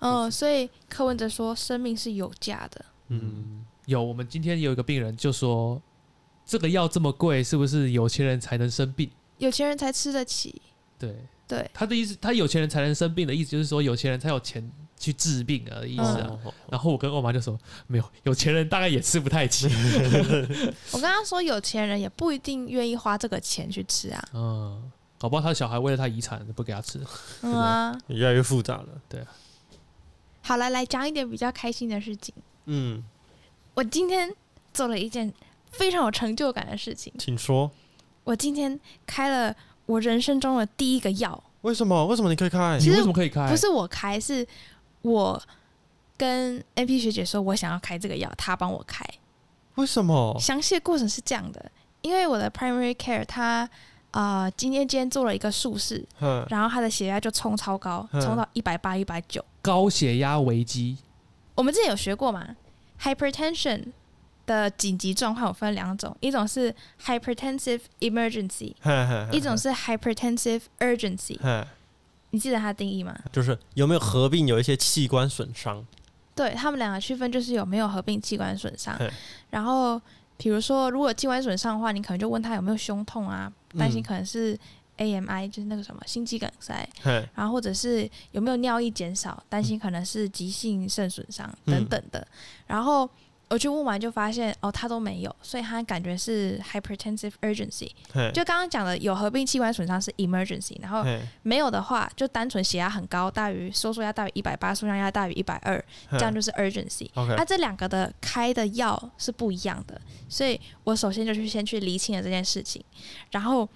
嗯，所以柯文哲说，生命是有价的。
嗯，
有，我们今天有一个病人就说，这个药这么贵，是不是有钱人才能生病？
有钱人才吃得起。
对，
对，
他的意思，他有钱人才能生病的意思，就是说有钱人才有钱去治病啊的意思啊。
哦，
然后我跟欧妈就说，没有，有钱人大概也吃不太起。
我刚刚说有钱人也不一定愿意花这个钱去吃啊。
嗯，搞不好他的小孩为了他遗产不给他吃。
嗯啊，
越来越复杂了，
好了，来讲一点比较开心的事情。
嗯，
我今天做了一件非常有成就感的事情，
请说，
我今天开了我人生中的第一个药，
为什么？为什么你可以开？
其
你
实
为什么可以
哎
开？
不是我开，是我跟 A P 学姐说我想要开这个药，她帮我开。
为什么？
详细的过程是这样的，因为我的 primary care 他呃今天今天做了一个术式，
嗯，
然后他的血压就冲超高，
嗯
冲到一百八、一百九。
高血压危机，
我们之前有学过嘛，hypertension 的紧急状况有分两种，一种是 hypertensive emergency，
嘿嘿嘿
一种是 hypertensive urgency。
嘿，
你记得它的定义吗？
就是有没有合并有一些器官损伤？
对他们两个区分就是有没有合并器官损伤
嘿，
然后比如说如果器官损伤的话，你可能就问他有没有胸痛啊，担心
嗯
可能是 AMI 就是那个什么心肌梗塞，
嘿，
然后或者是有没有尿液减少，担心可能是急性肾损伤
嗯
等等的。然后我去问完就发现哦，他都没有，所以他感觉是 hypertensive urgency。
嘿，
就刚刚讲的有合并器官损伤是 emergency，然后
嘿
没有的话就单纯血压很高，大于收缩压大于一百八，输尿压大于一百二，
这
这样就是 urgency。那、
OK，
这两个的开的药是不一样的，所以我首先就去先去厘清了这件事情，然后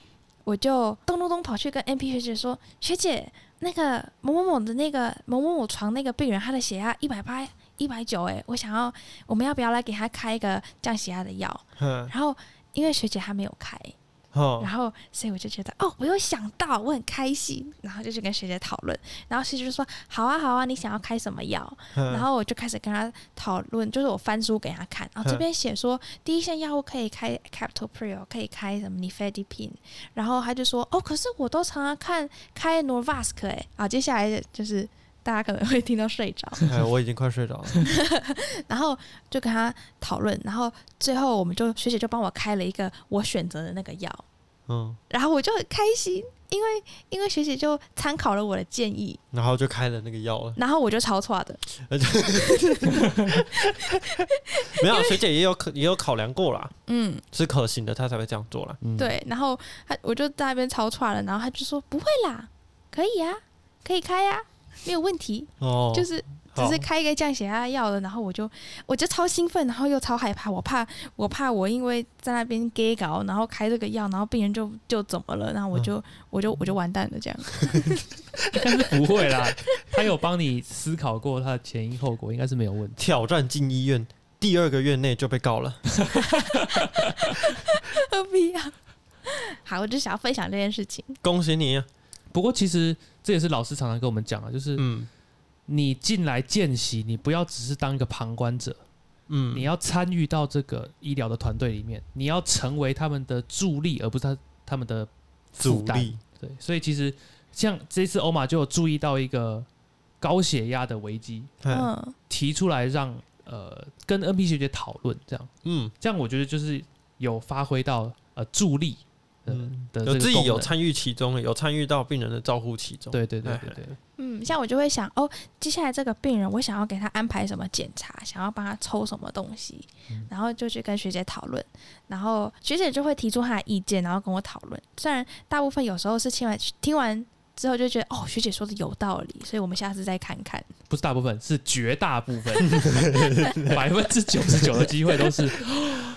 我就咚咚咚跑去跟 M P 学姐说：“学姐，那个某某某的那个某某某床那个病人，他的血压一百八、一百九，哎，我想要，我们要不要来给他开一个降血压的药？
哼，
然后因为学姐她没有开，
哦
然后所以我就觉得哦，我有想到，我很开心，然后就去跟学姐讨论，然后学姐就说好啊好啊，你想要开什么药？
哼
然后我就开始跟他讨论，就是我翻书给他看，然后这
嗯
边写说第一线药物可以开 captopril，可以开什么 nifedipine，然后他就说哦，可是我都常常看开 norvasc 哎、啊，接下来就是大家可能会听到睡着，
哎，我已经快睡着了。
然后就跟他讨论，然后最后我们就学姐就帮我开了一个我选择的那个药，
嗯，
然后我就很开心，因为因为学姐就参考了我的建议，
然后就开了那个药了。
然后我就抄错的，
嗯没有，啊学姐也有可也有考量过啦，
嗯，
是可行的，她才会这样做啦。
嗯，
对，然后他我就在那边抄错了，然后他就说不会啦，可以啊，可以开啊，没有问题，
哦，
就是只是开一个降血压药的，然后我就我就超兴奋，然后又超害怕，我怕我怕我因为在那边 gay 搞，然后开这个药，然后病人就就怎么了，然后我
嗯
就、我就我就完蛋了 这样，
应该是 不会啦。他有帮你思考过他的前因后果，应该是没有问题。
挑战进医院，第二个月内就被告了。
何必啊？好，我就想要分享这件事情，
恭喜你啊，
不过其实这也是老师常常跟我们讲啊，就是
嗯
你进来见习，你不要只是当一个旁观者，
嗯，
你要参与到这个医疗的团队里面，你要成为他们的助力，而不是他他们的负
阻
担。
力，
对，所以其实像这次欧玛就有注意到一个高血压的危机，
嗯
嗯
提出来让呃跟 NP 学姐讨论，这样
嗯
这样我觉得就是有发挥到呃助力的、
嗯，
的这
有
个
自己
功
有
能
参哎与其中，有参与到病人的照护其中。
对对对对对，
嗯，像我就会想哦，接下来这个病人，我想要给他安排什么检查，想要帮他抽什么东西，然后就去跟学姐讨论，然后学姐就会提出她的意见，然后跟我讨论。虽然大部分有时候是听完听完之后就觉得哦，学姐说的有道理，所以我们下次再看看。
不是大部分，是绝大部分，百分之九十九的机会 都是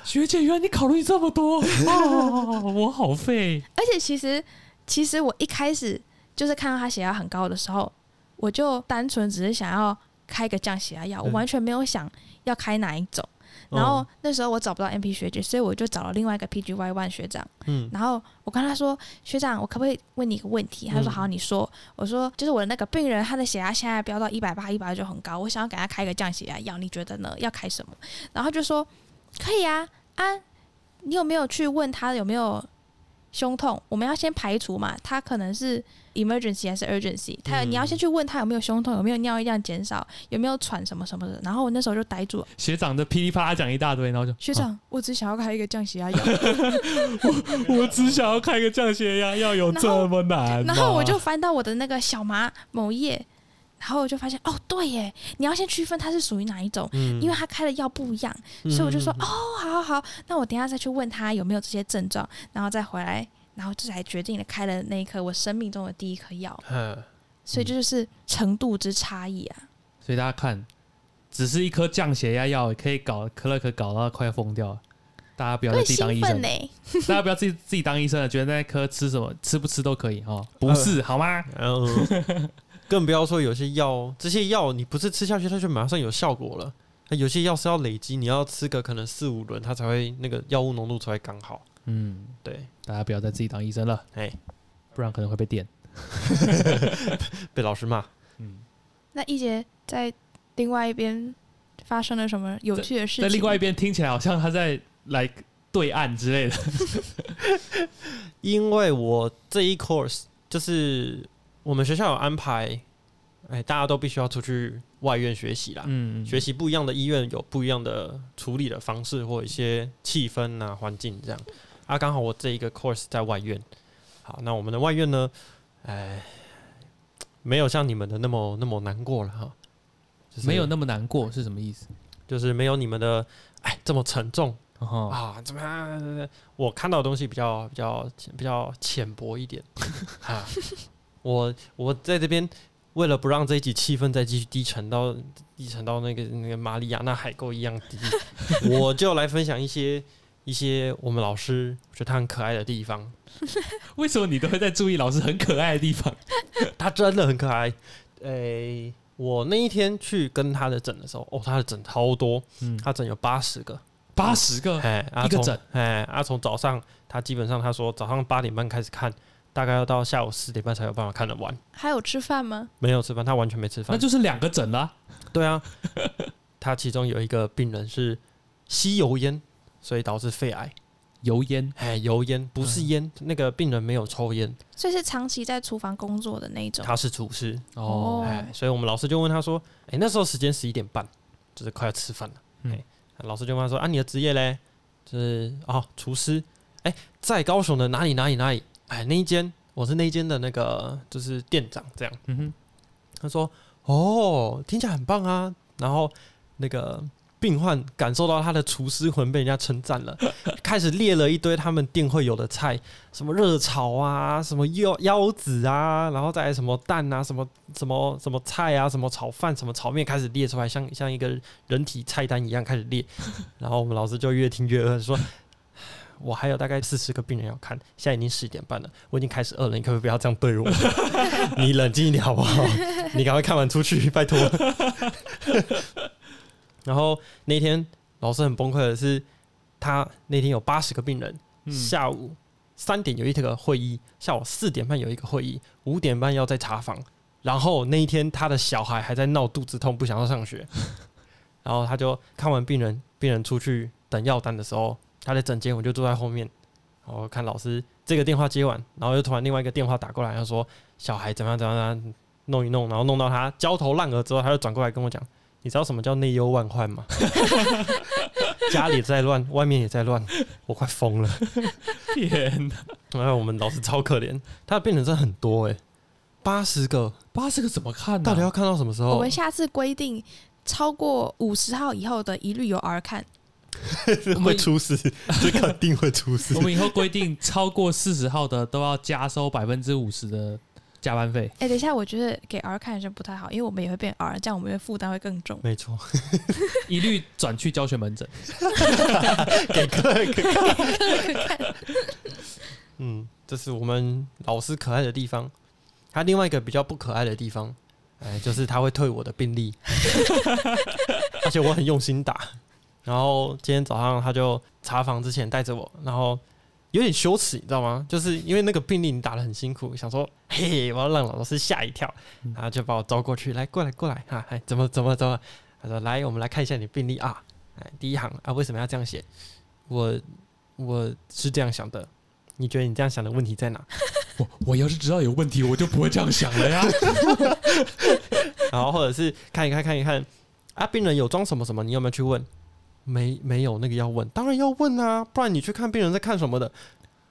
学姐，原来你考虑这么多哦，我好废。
而且其实其实我一开始就是看到他血压很高的时候，我就单纯只是想要开个降血压药，我
嗯
完全没有想要开哪一种。然后那时候我找不到 M P 学姐，所以我就找了另外一个 P G Y One 学长。
嗯
然后我跟他说：“学长，我可不可以问你一个问题？”他说：“
嗯
好，你说。”我说：“就是我的那个病人，他的血压现在飙到一百八、一百九很高，我想要给他开个降血压药，你觉得呢？要开什么？”然后他就说：“可以啊，啊，你有没有去问他有没有胸痛？我们要先排除嘛，他可能是 emergency 还是 urgency？他、
嗯
你要先去问他有没有胸痛，有没有尿液量减少，有没有喘什么什么的。”然后我那时候就呆住了。
学长的噼里啪啦讲一大堆，然后就
学长，我只想要开一个降血压药，
我只想要开个降血压，要有这么难吗
然后我就翻到我的那个小麻某页，然后我就发现哦，对耶，你要先区分它是属于哪一种，
嗯
因为它开的药不一样，所以我就说
嗯
哦，好好好，那我等一下再去问他有没有这些症状，然后再回来，然后这才决定了开了那一颗我生命中的第一颗药，
嗯
所以这就是程度之差异啊。
所以大家看，只是一颗降血压药也可以搞可乐可搞到快疯掉了，大家不要
我
再
很
自己当医
兴
生
奋呢，，
大家不要自己自己当医生了，觉得那颗吃什么吃不吃都可以哦，不是、好吗？
嗯，更不要说有些药，这些药你不是吃下去它就马上有效果了。那有些药是要累积，你要吃个可能四五轮，它才会那个药物浓度才会刚好。
嗯，
对，
大家不要再自己当医生了，
哎，
不然可能会被电。
被老师骂。
嗯，
那一杰在另外一边发生了什么有趣的事情？
在另外一边听起来好像他在来对岸 之类的。
因为我这一 course 就是我们学校有安排，哎，大家都必须要出去外院学习啦。
嗯，
学习不一样的医院有不一样的处理的方式或一些气氛啊、环境这样。啊，刚好我这一个 course 在外院，好，那我们的外院呢，哎，没有像你们的那么那么难过了哈，就是
没有那么难过是什么意思？
就是没有你们的哎这么沉重
哦，
啊，怎么样？我看到的东西比较比较比较浅薄一点 啊。我我在这边为了不让这一集气氛再继续低沉到 低沉到那个那个马里亚纳海沟一样低，我就来分享一些一些我们老师觉得他很可爱的地方，
为什么你都会在注意老师很可爱的地
啊
方？
他真的很可爱。诶、我那一天去跟他的诊的时候，哦，他的诊超多，
嗯，
他诊有八十个，
八十个，
哎，啊
一个
从
诊，
哎，啊，从早上他基本上他说早上八点半开始看，大概要到下午四点半才有办法看得完。
还有吃饭吗？
没有吃饭，他完全没吃
那
饭。
就是两个诊啦。
对啊， 他其中有一个病人是吸油烟，所以导致肺癌。
油烟，嗯
哎，油烟不是烟，那个病人没有抽烟，
所以是长期在厨房工作的那一种。
他是厨师。
哦，
哎，所以我们老师就问他说：“哎、那时候时间十一点半，就是快要吃饭了。
嗯
哎，老师就问他说：“啊，你的职业嘞？就是哦，厨师。哎、在高雄的哪里哪里哪里？哎，那一间我是那一间的那个就是店长这样。”
嗯哼，
他说：“哦，听起来很棒啊。”然后那个病患感受到他的厨师魂被人家称赞了， 开始列了一堆他们店会有的菜，什么热炒啊，什么腰腰子啊，然后再来什么蛋啊，什么什么什么菜啊，什么炒饭，什么炒面，开始列出来，像像一个人体菜单一样开始列。 然后我们老师就越听越饿，说。 我还有大概四十个病人要看，现在已经十点半了，我已经开始饿了，你可不可以不要这样对我？ 你冷静一点好不好？ 你赶快看完出去，拜托。 然后那天老师很崩溃的是，他那天有八十个病人，
嗯
下午三点有一个会议，下午四点半有一个会议，五点半要在查房。然后那一天他的小孩还在闹肚子痛，不想要上学。然后他就看完病人，病人出去等药单的时候，他在诊间，我就坐在后面，然后看老师这个电话接完，然后又突然另外一个电话打过来，他说小孩怎么样怎么样怎么样，弄一弄，然后弄到他焦头烂额之后，他就转过来跟我讲：“你知道什么叫内忧外患吗？ 家里在乱，外面也在乱，我快疯了。
天哪，”
然哎后我们老师超可怜，他的病人真的很多哎、八十个，
八十个怎么看呢？
到底 要看到什么时
哦
我
候
们？下次规定，超过五十号以后的，一律由 R 看。
会出事， 这肯定会出事
我。们以后规定，超过四十号的都要加收百分之五十的加班 费。
哎、等一下，我觉得给 R 看是不太好，因为我们也会变 R，这样我们的负担会更重。
没错，
一律转去教学门诊。
给客人看。嗯，这是我们老师可爱的地方。他另外一个比较不可爱的地方，哎，就是他会退我的病历，而且我很用心打。然后今天早上他就查房之前带着我，然后有点羞耻，你知道吗？就是因为那个病历你打的很辛苦，想说嘿，我要让老师吓一跳，然后就把我招过去，来过来过来哈，哎，怎么怎么怎么？他说来，我们来看一下你病历啊，哎，第一行啊，为什么要这样写？我我是这样想的，你觉得你这样想的问题在哪？
我我要是知道有问题，我就不会这样想了呀。
然后或者是看一看看一看啊，病人有装什么什么，你有没有去问？没没有那个要问，当然要问啊，不然你去看病人在看什么的，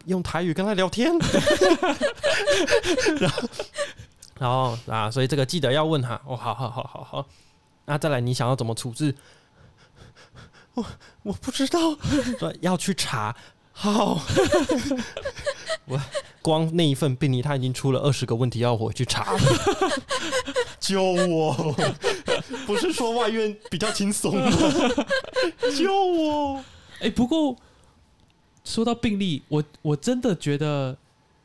用台语跟他聊天。 然后然后啊，所以这个记得要问哈。哦，好好好好好。那再来，你想要怎么处置？我我不知道，说要去查。好， 我光那一份病例，他已经出了二十个问题要我去查了。救我！不是说外院比较轻松 吗？救我！
哎、不过说到病例，我我真的觉得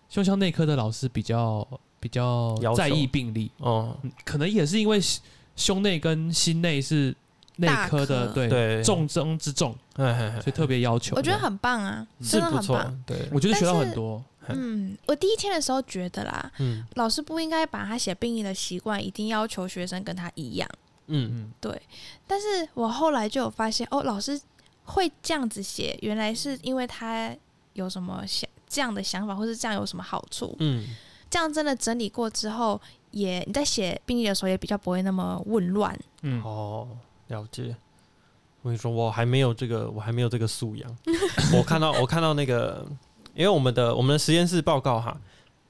胸腔内科的老师比较比较
要求
在意病例，
哦，
嗯可能也是因为胸胸内跟心内是内科的
大科
对
对
重中之重，
哎哎
所以特别要 求。嗯
我觉得很棒啊，
是
真的
不
很
错
棒。，
对，
我觉得学到
但是
很多，
嗯，我第一天的时候觉得啦，
嗯
老师不应该把他写病历的习惯一定要求学生跟他一样。
嗯，
嗯，
但是我后来就有发现，哦，老师会这样子写，原来是因为他有什么想这样的想法，或是这样有什么好处。
嗯，
这样真的整理过之后，也你在写病历的时候也比较不会那么混乱。
嗯，
哦，了解。我跟你说，我还没有这个，我还没有这个素 养。我看到，我看到那个，因为我们的我们的实验室报告哈，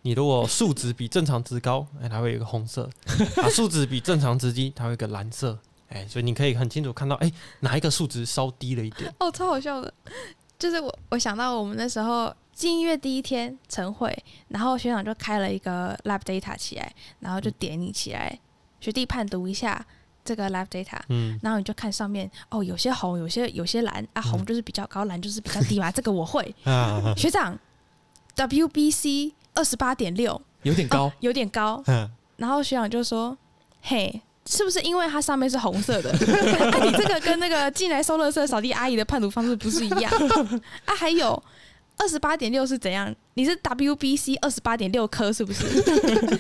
你如果数值比正常值高，哎、它会有一个红色； 啊，数值比正常值低，它会有一个蓝色。哎、所以你可以很清楚看到，哎、哪一个数值稍低了一点。
哦，超好笑的，就是我我想到我们那时候进音乐第一天晨会，然后学长就开了一个 lab data 起来，然后就点你起来，学弟判读一下这个 live data，
嗯，
然后你就看上面哦，有些红，有些有些蓝啊，红
嗯
就是比较高，蓝就是比较低嘛，这 个我会。
啊，
学长，WBC 二十八点六哦
有点高，
有点高，
嗯
然后学长就说：“嘿。”是不是因为它上面是红色的？ 啊、你这个跟那个进来收垃圾扫地阿姨的判读方式不是一样啊？还有二十八点六是怎样？你是 WBC 二十八点六颗是不是？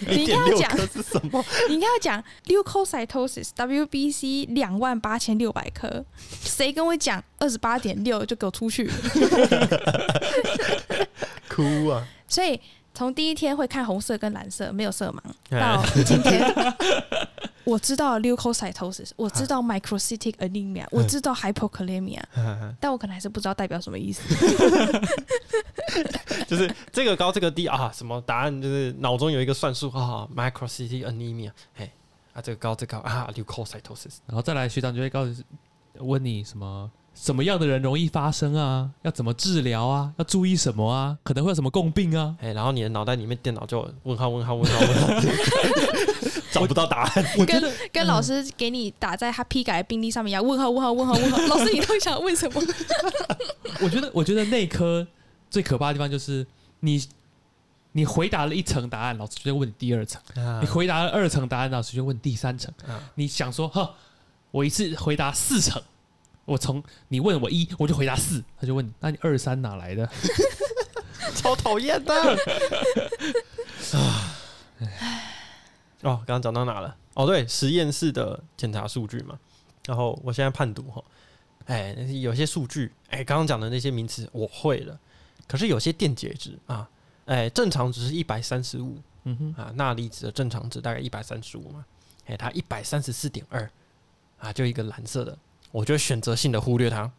你应该要
1.6
讲
颗是什么？
你应该要讲 leukocytosis WBC 两万八千六百颗，谁跟我讲二十八点六就给我出去。
哭啊！
所以从第一天会看红色跟蓝色，没有色盲，到
哎
今 天我知道 leukocytosis，我知道 microcytic anemia，我知道 hypokalemia，但我可能还是不知道代表什么意思。
就是这个高这个低啊，什么答案就是脑中有一个算术啊，microcytic anemia，哎啊这个高这个高啊，leukocytosis，
然后再来学长就会告诉问你什么什么样的人容易发生啊，要怎么治疗啊，要注意什么啊，可能会有什么共病啊。
哎，然后你的脑袋里面电脑就问号问号问号问号， 找不到答案，
跟跟老师给你打在他批改的病历上面一样，问号问号问号问 号，老师你到底想问什么？
我觉得，我觉得内科最可怕的地方就是你你回答了一层答案，老师就会问你第二层；
啊
你回答了二层答案，老师就会问你第三层。
啊
你想说，呵，我一次回答四层，我从你问我一，我就回答四，他就问你，那你二三哪来的？
超讨厌的。哦，刚刚讲到哪了？哦，对，实验室的检查数据嘛。然后我现在判读哈，哎，有些数据，哎，刚刚讲的那些名词我会了，可是有些电解质啊，哎，正常值是一百三十五
嗯哼，
啊，钠离子的正常值大概一百三十五嘛，哎，它一百三十四点二啊，就一个蓝色的，我就会选择性的忽略它。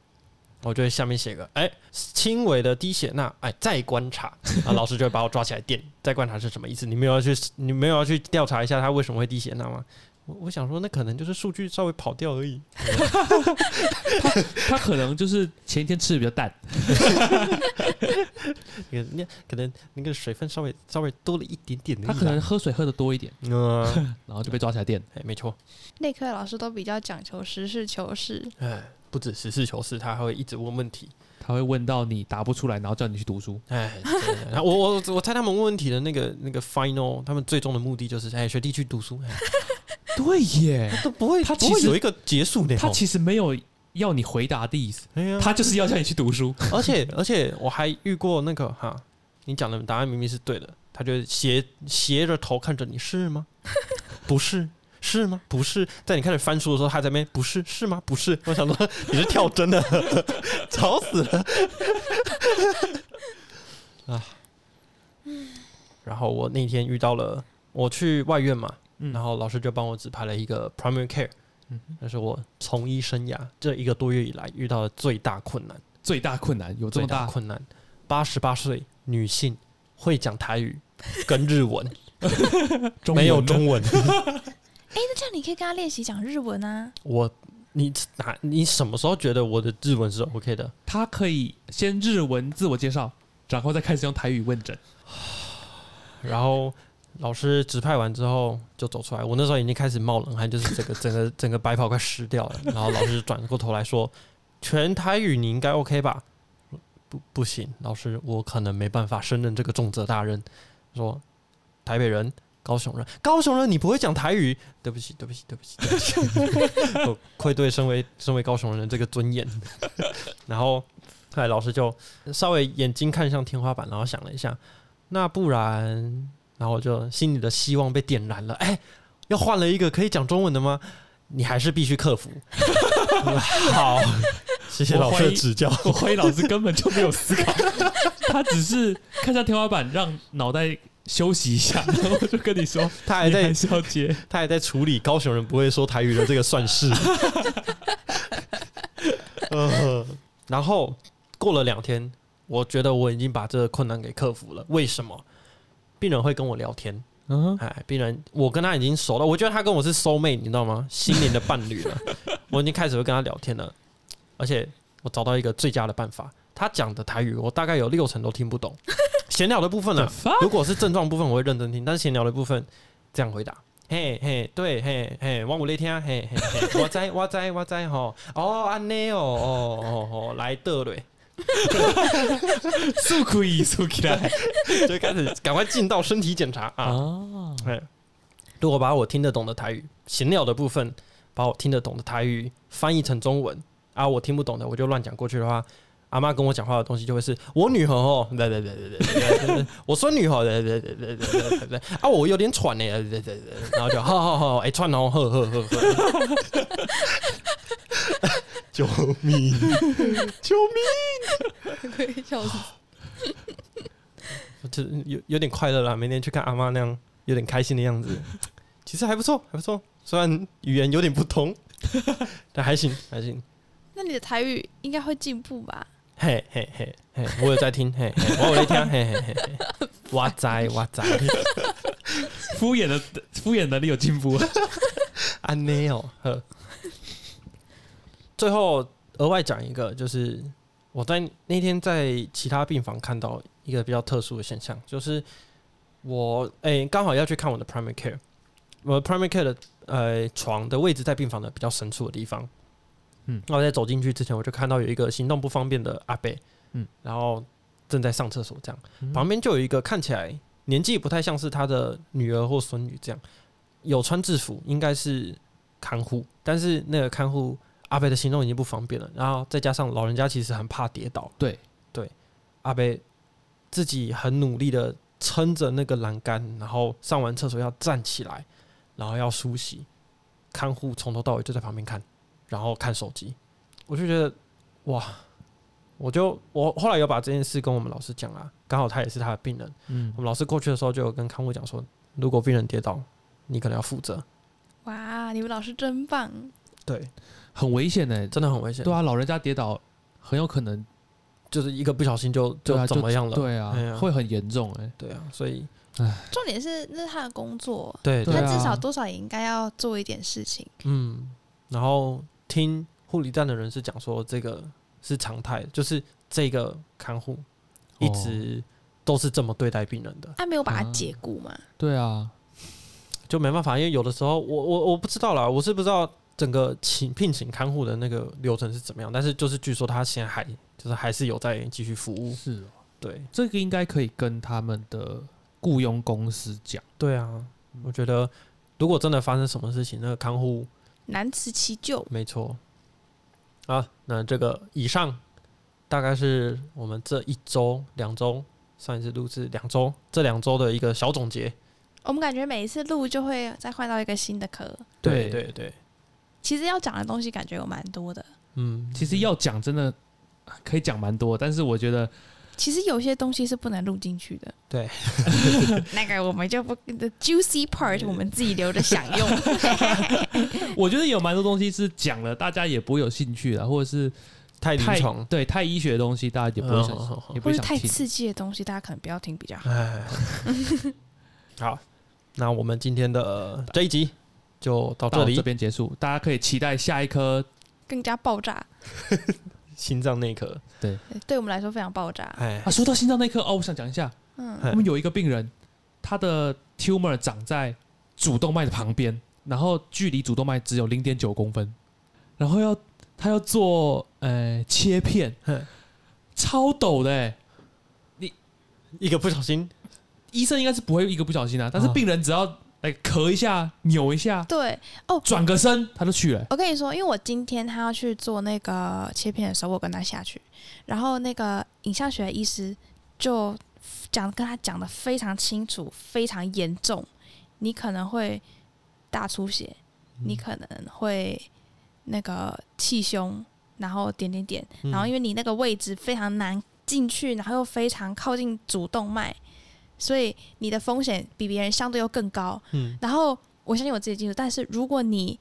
我就会下面写个，哎，轻微的低血钠，哎，再观 察啊，老师就会把我抓起来电，再观察是什么意思？你没有要去，你没有要去调查一下他为什么会低血钠吗？我我想说，那可能就是数据稍微跑掉而已。
他可能就是前一天吃的比较淡，
你你可能那个水分稍微稍微多了一点点而已啦，
他可能喝水喝的多一点，
嗯，
然后就被抓起来电。
哎，没错，
内科老师都比较讲求实事求是，
哎，不止实事求是，他还会一直问问题。
他会问到你答不出来，然后叫你去读书。
哎，真的然后我我我猜他们问问题的那个那个 final，他们最终的目的就是，哎，学弟去读书，哎、
对耶，
都 不会，
他
不
其
会
实
有一个结束的哦。
他其实没有要你回答的意思，
哎呀
他就是要叫你去读书。
而且而且我还遇过那个哈，你讲的答案明明是对的，他就斜斜着头看着你，是吗？ 不是。是吗？不是，在你开始翻书的时候，他在那边不是是吗？不是，我想说你是跳针的， 吵死了 啊！然后我那天遇到了，我去外院嘛，
嗯
然后老师就帮我指派了一个 primary care，
嗯
那是我从医生涯这一个多月以来遇到的最大困难。
最大困难有这
最
么
大
大？
困难。八十八岁女性会讲台 语跟日文，
中文
没有
呢
中文。
那这样你可以跟他练习讲日文 啊。
我你哪你什么时候觉得我的日文是 OK 的？
他可以先日文自我介绍，然后再开始用台语问诊。
然后老师指派完之后就走出来，我那时候已经开始冒冷汗，就是整 个整个整个白袍快湿掉了。然后老师转过头来说：“全台语你应该 OK 吧？”不不行，老师，我可能没办法胜任这个重责大任。说台北人。高雄人，高雄人，你不会讲台语，对不起，对不起，对不起，对不起，我 愧对身为身为高雄人的这个尊严。 然后后来老师就稍微眼睛看向天花板，然后想了一下，那不然，然后我就心里的希望被点燃了。哎、要换了一个可以讲中文的吗？你还是必须克服。 好，谢谢老师的指教。
我怀疑老师根本就没有思考， 他只是看向天花板，让脑袋休息一 下，然后就跟你说，
他还
你还
在
是要接。
他还在处理高雄人不会说台语的这个算式。呃，然后过了两天，我觉得我已经把这个困难给克服了。为什么？病人会跟我聊天，
嗯 哼，
哎，病人，我跟他已经熟了，我觉得他跟我是 soul mate，你知道吗？ 心灵的伴侣了，我已经开始会跟他聊天了，而且我找到一个最佳的办法，他讲的台语我大概有六成都听不 懂，闲聊的部分呢、
The fuck？
如果是症状部分我会认真听，但是闲聊的部分这样回答，嘿嘿，对，嘿嘿，我有咧听，啊嘿嘿嘿，我知我知我知吼，哦安尼哦哦哦哦，来倒嘞，
速可以速起来
就开始赶快进到身体检查啊。
啊！
如果把我听得懂的台语闲聊的部分，把我听得懂的台语翻译成中文啊，我听不懂的我就乱讲过去的话，阿妈跟我讲话的东西就会是我女儿哦，对对对对对对，我孙女哦，对对对对对对对，啊我有点喘呢，对对对，然后就好好好，哎喘哦，呵呵呵呵，救命！救命！
可以笑死。
我这有有点快乐啦，每天去看阿妈那样有点开心的样子，其实还不错，还不错。虽然语言有点不通，但还行，还行。
那你的台语应该会进步吧？
嘿嘿嘿嘿，我有在听，嘿嘿，我有在听，嘿嘿嘿嘿，哇塞哇塞，
敷衍的敷衍能力有进步，
安内哦。呵最后额外讲一个，就是我在那天在其他病房看到一个比较特殊的现象，就是我诶刚、好要去看我的 primary care，我的 primary care 的呃床的位置在病房的比较深处的地方。
嗯
嗯，那我在走进去之前，我就看到有一个行动不方便的阿伯，
嗯
嗯，然后正在上厕所，这样、旁边就有一个看起来年纪不太像是他的女儿或孙女这样，有穿制服，应该是看护，但是那个看护阿贝的行动已经不方便了，然后再加上老人家其实很怕跌倒，
对
对，阿贝自己很努力的撑着那个栏杆，然后上完厕所要站起来，然后要梳洗，看护从头到尾就在旁边看，然后看手机，我就觉得哇，我就我后来有把这件事跟我们老师讲啊，刚好他也是他的病人，
嗯
我们老师过去的时候就有跟看护讲说，如果病人跌倒，你可能要负责，
哇，你们老师真棒！
对，
很危险呢。
真的很危险，
对啊，老人家跌倒很有可能，
就是一个不小心就
对啊
就怎么样了，
对
哎呀
啊，会很严重哎。
对啊，所以
重点是那是他的工作，
对
对
对
他
啊
至少多少也应该要做一点事情。
嗯，然后听护理站的人是讲说，这个是常态，就是这个看护一
哦
直都是这么对待病人的，
他没有把
啊
他解雇嘛？
对啊，
就没办法，因为有的时候我我我不知道啦，我是不知道整个请聘请看护的那个流程是怎么样，但是就是据说他现在还就是还是有在继续服务，
是哦，
对
这个应该可以跟他们的雇佣公司讲。
对啊，我觉得如果真的发生什么事情，那个看护
难辞其咎。
没错。啊，那这个以上大概是我们这一周、两周，上一次录制两周，这两周的一个小总结。
我们感觉每一次录就会再换到一个新的科。
对
对对，
其实要讲的东西感觉有蛮多的，
嗯，
其实要讲真的可以讲蛮多，但是我觉 得
其实有些东西是不能录进去的。
对，
那个我们就不 the juicy part 我们自己留着享用。
我觉得有蛮多东西是讲了大家也不会有兴趣的，或者是
太临
太
床，
对太医学的东西大家也不会想
嗯好 好好
也不
或
会
是
想
哦太
听。
刺激的东西，大家可能不要听比较好。
哎，好，那我们今天的这一集就到这
到这
里，
边结束，大家可以期待下一颗
更加爆炸，
心脏内科。
对我们来说非常爆炸。
哎
啊。，说到心脏内科哦，我想讲一下，
嗯，
哎
我们有一个病人，他的 tumor 长在主动脉的旁边，然后距离主动脉只有零点九公分，然后要他要做呃切片
嗯，
超陡的、欸，
一个不小心，
医生应该是不会一个不小心啊，但是病人只要来咳一下、扭一下、
对哦。
转个身，他就去了欸、
我跟你说，因为我今天他要去做那个切片的时候，我跟他下去，然后那个影像学的医师就讲跟他讲的非常清楚，非常严重，你可能会大出血，你可能会那个气胸，然后点点点，
嗯
然后因为你那个位置非常难进去，然后又非常靠近主动脉，所以你的风险比别人相对又更高。
嗯
然后我相信我自己的技术，但是如果你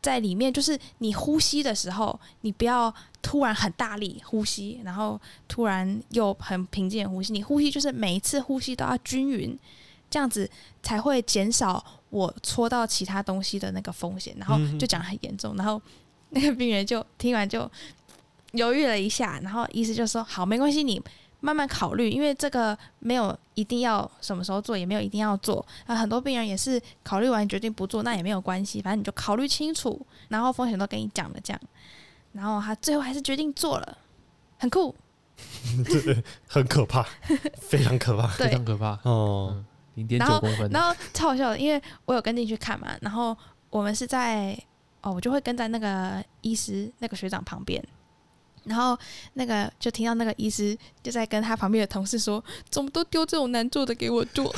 在里面，就是你呼吸的时候，你不要突然很大力呼吸，然后突然又很平静的呼吸。你呼吸就是每一次呼吸都要均匀，这样子才会减少我戳到其他东西的那个风险。然后
嗯
就讲得很严重，然后 那个病人就听完就犹豫了一下，然后医师就说：“好，没关系，你慢慢考虑，因为这个没有一定要什么时候做，也没有一定要做啊。很多病人也是考虑完决定不做，那也没有关系，反正你就考虑清楚，然后风险都跟你讲了这样，然后他最后还是决定做了，很酷，
很可怕，非常可怕。
非
对
常。可怕，
哦，
嗯，零点
然
九
后
公分，
然后超好笑的，因为我有跟进去看嘛，然后我们是在哦，我就会跟在那个医师那个学长旁边，然后那个就听到那个医师就在跟他旁边的同事说，怎么都丢这种难做的给我做，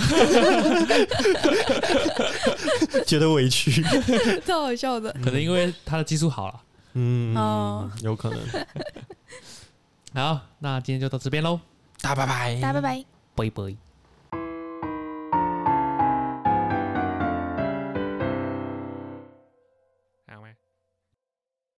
觉得委屈。
超好笑的。
可能因为他的技术好了。
嗯，
哦
有可能。
好，那今天就到这边喽，
大拜拜，
大家拜拜。
拜拜。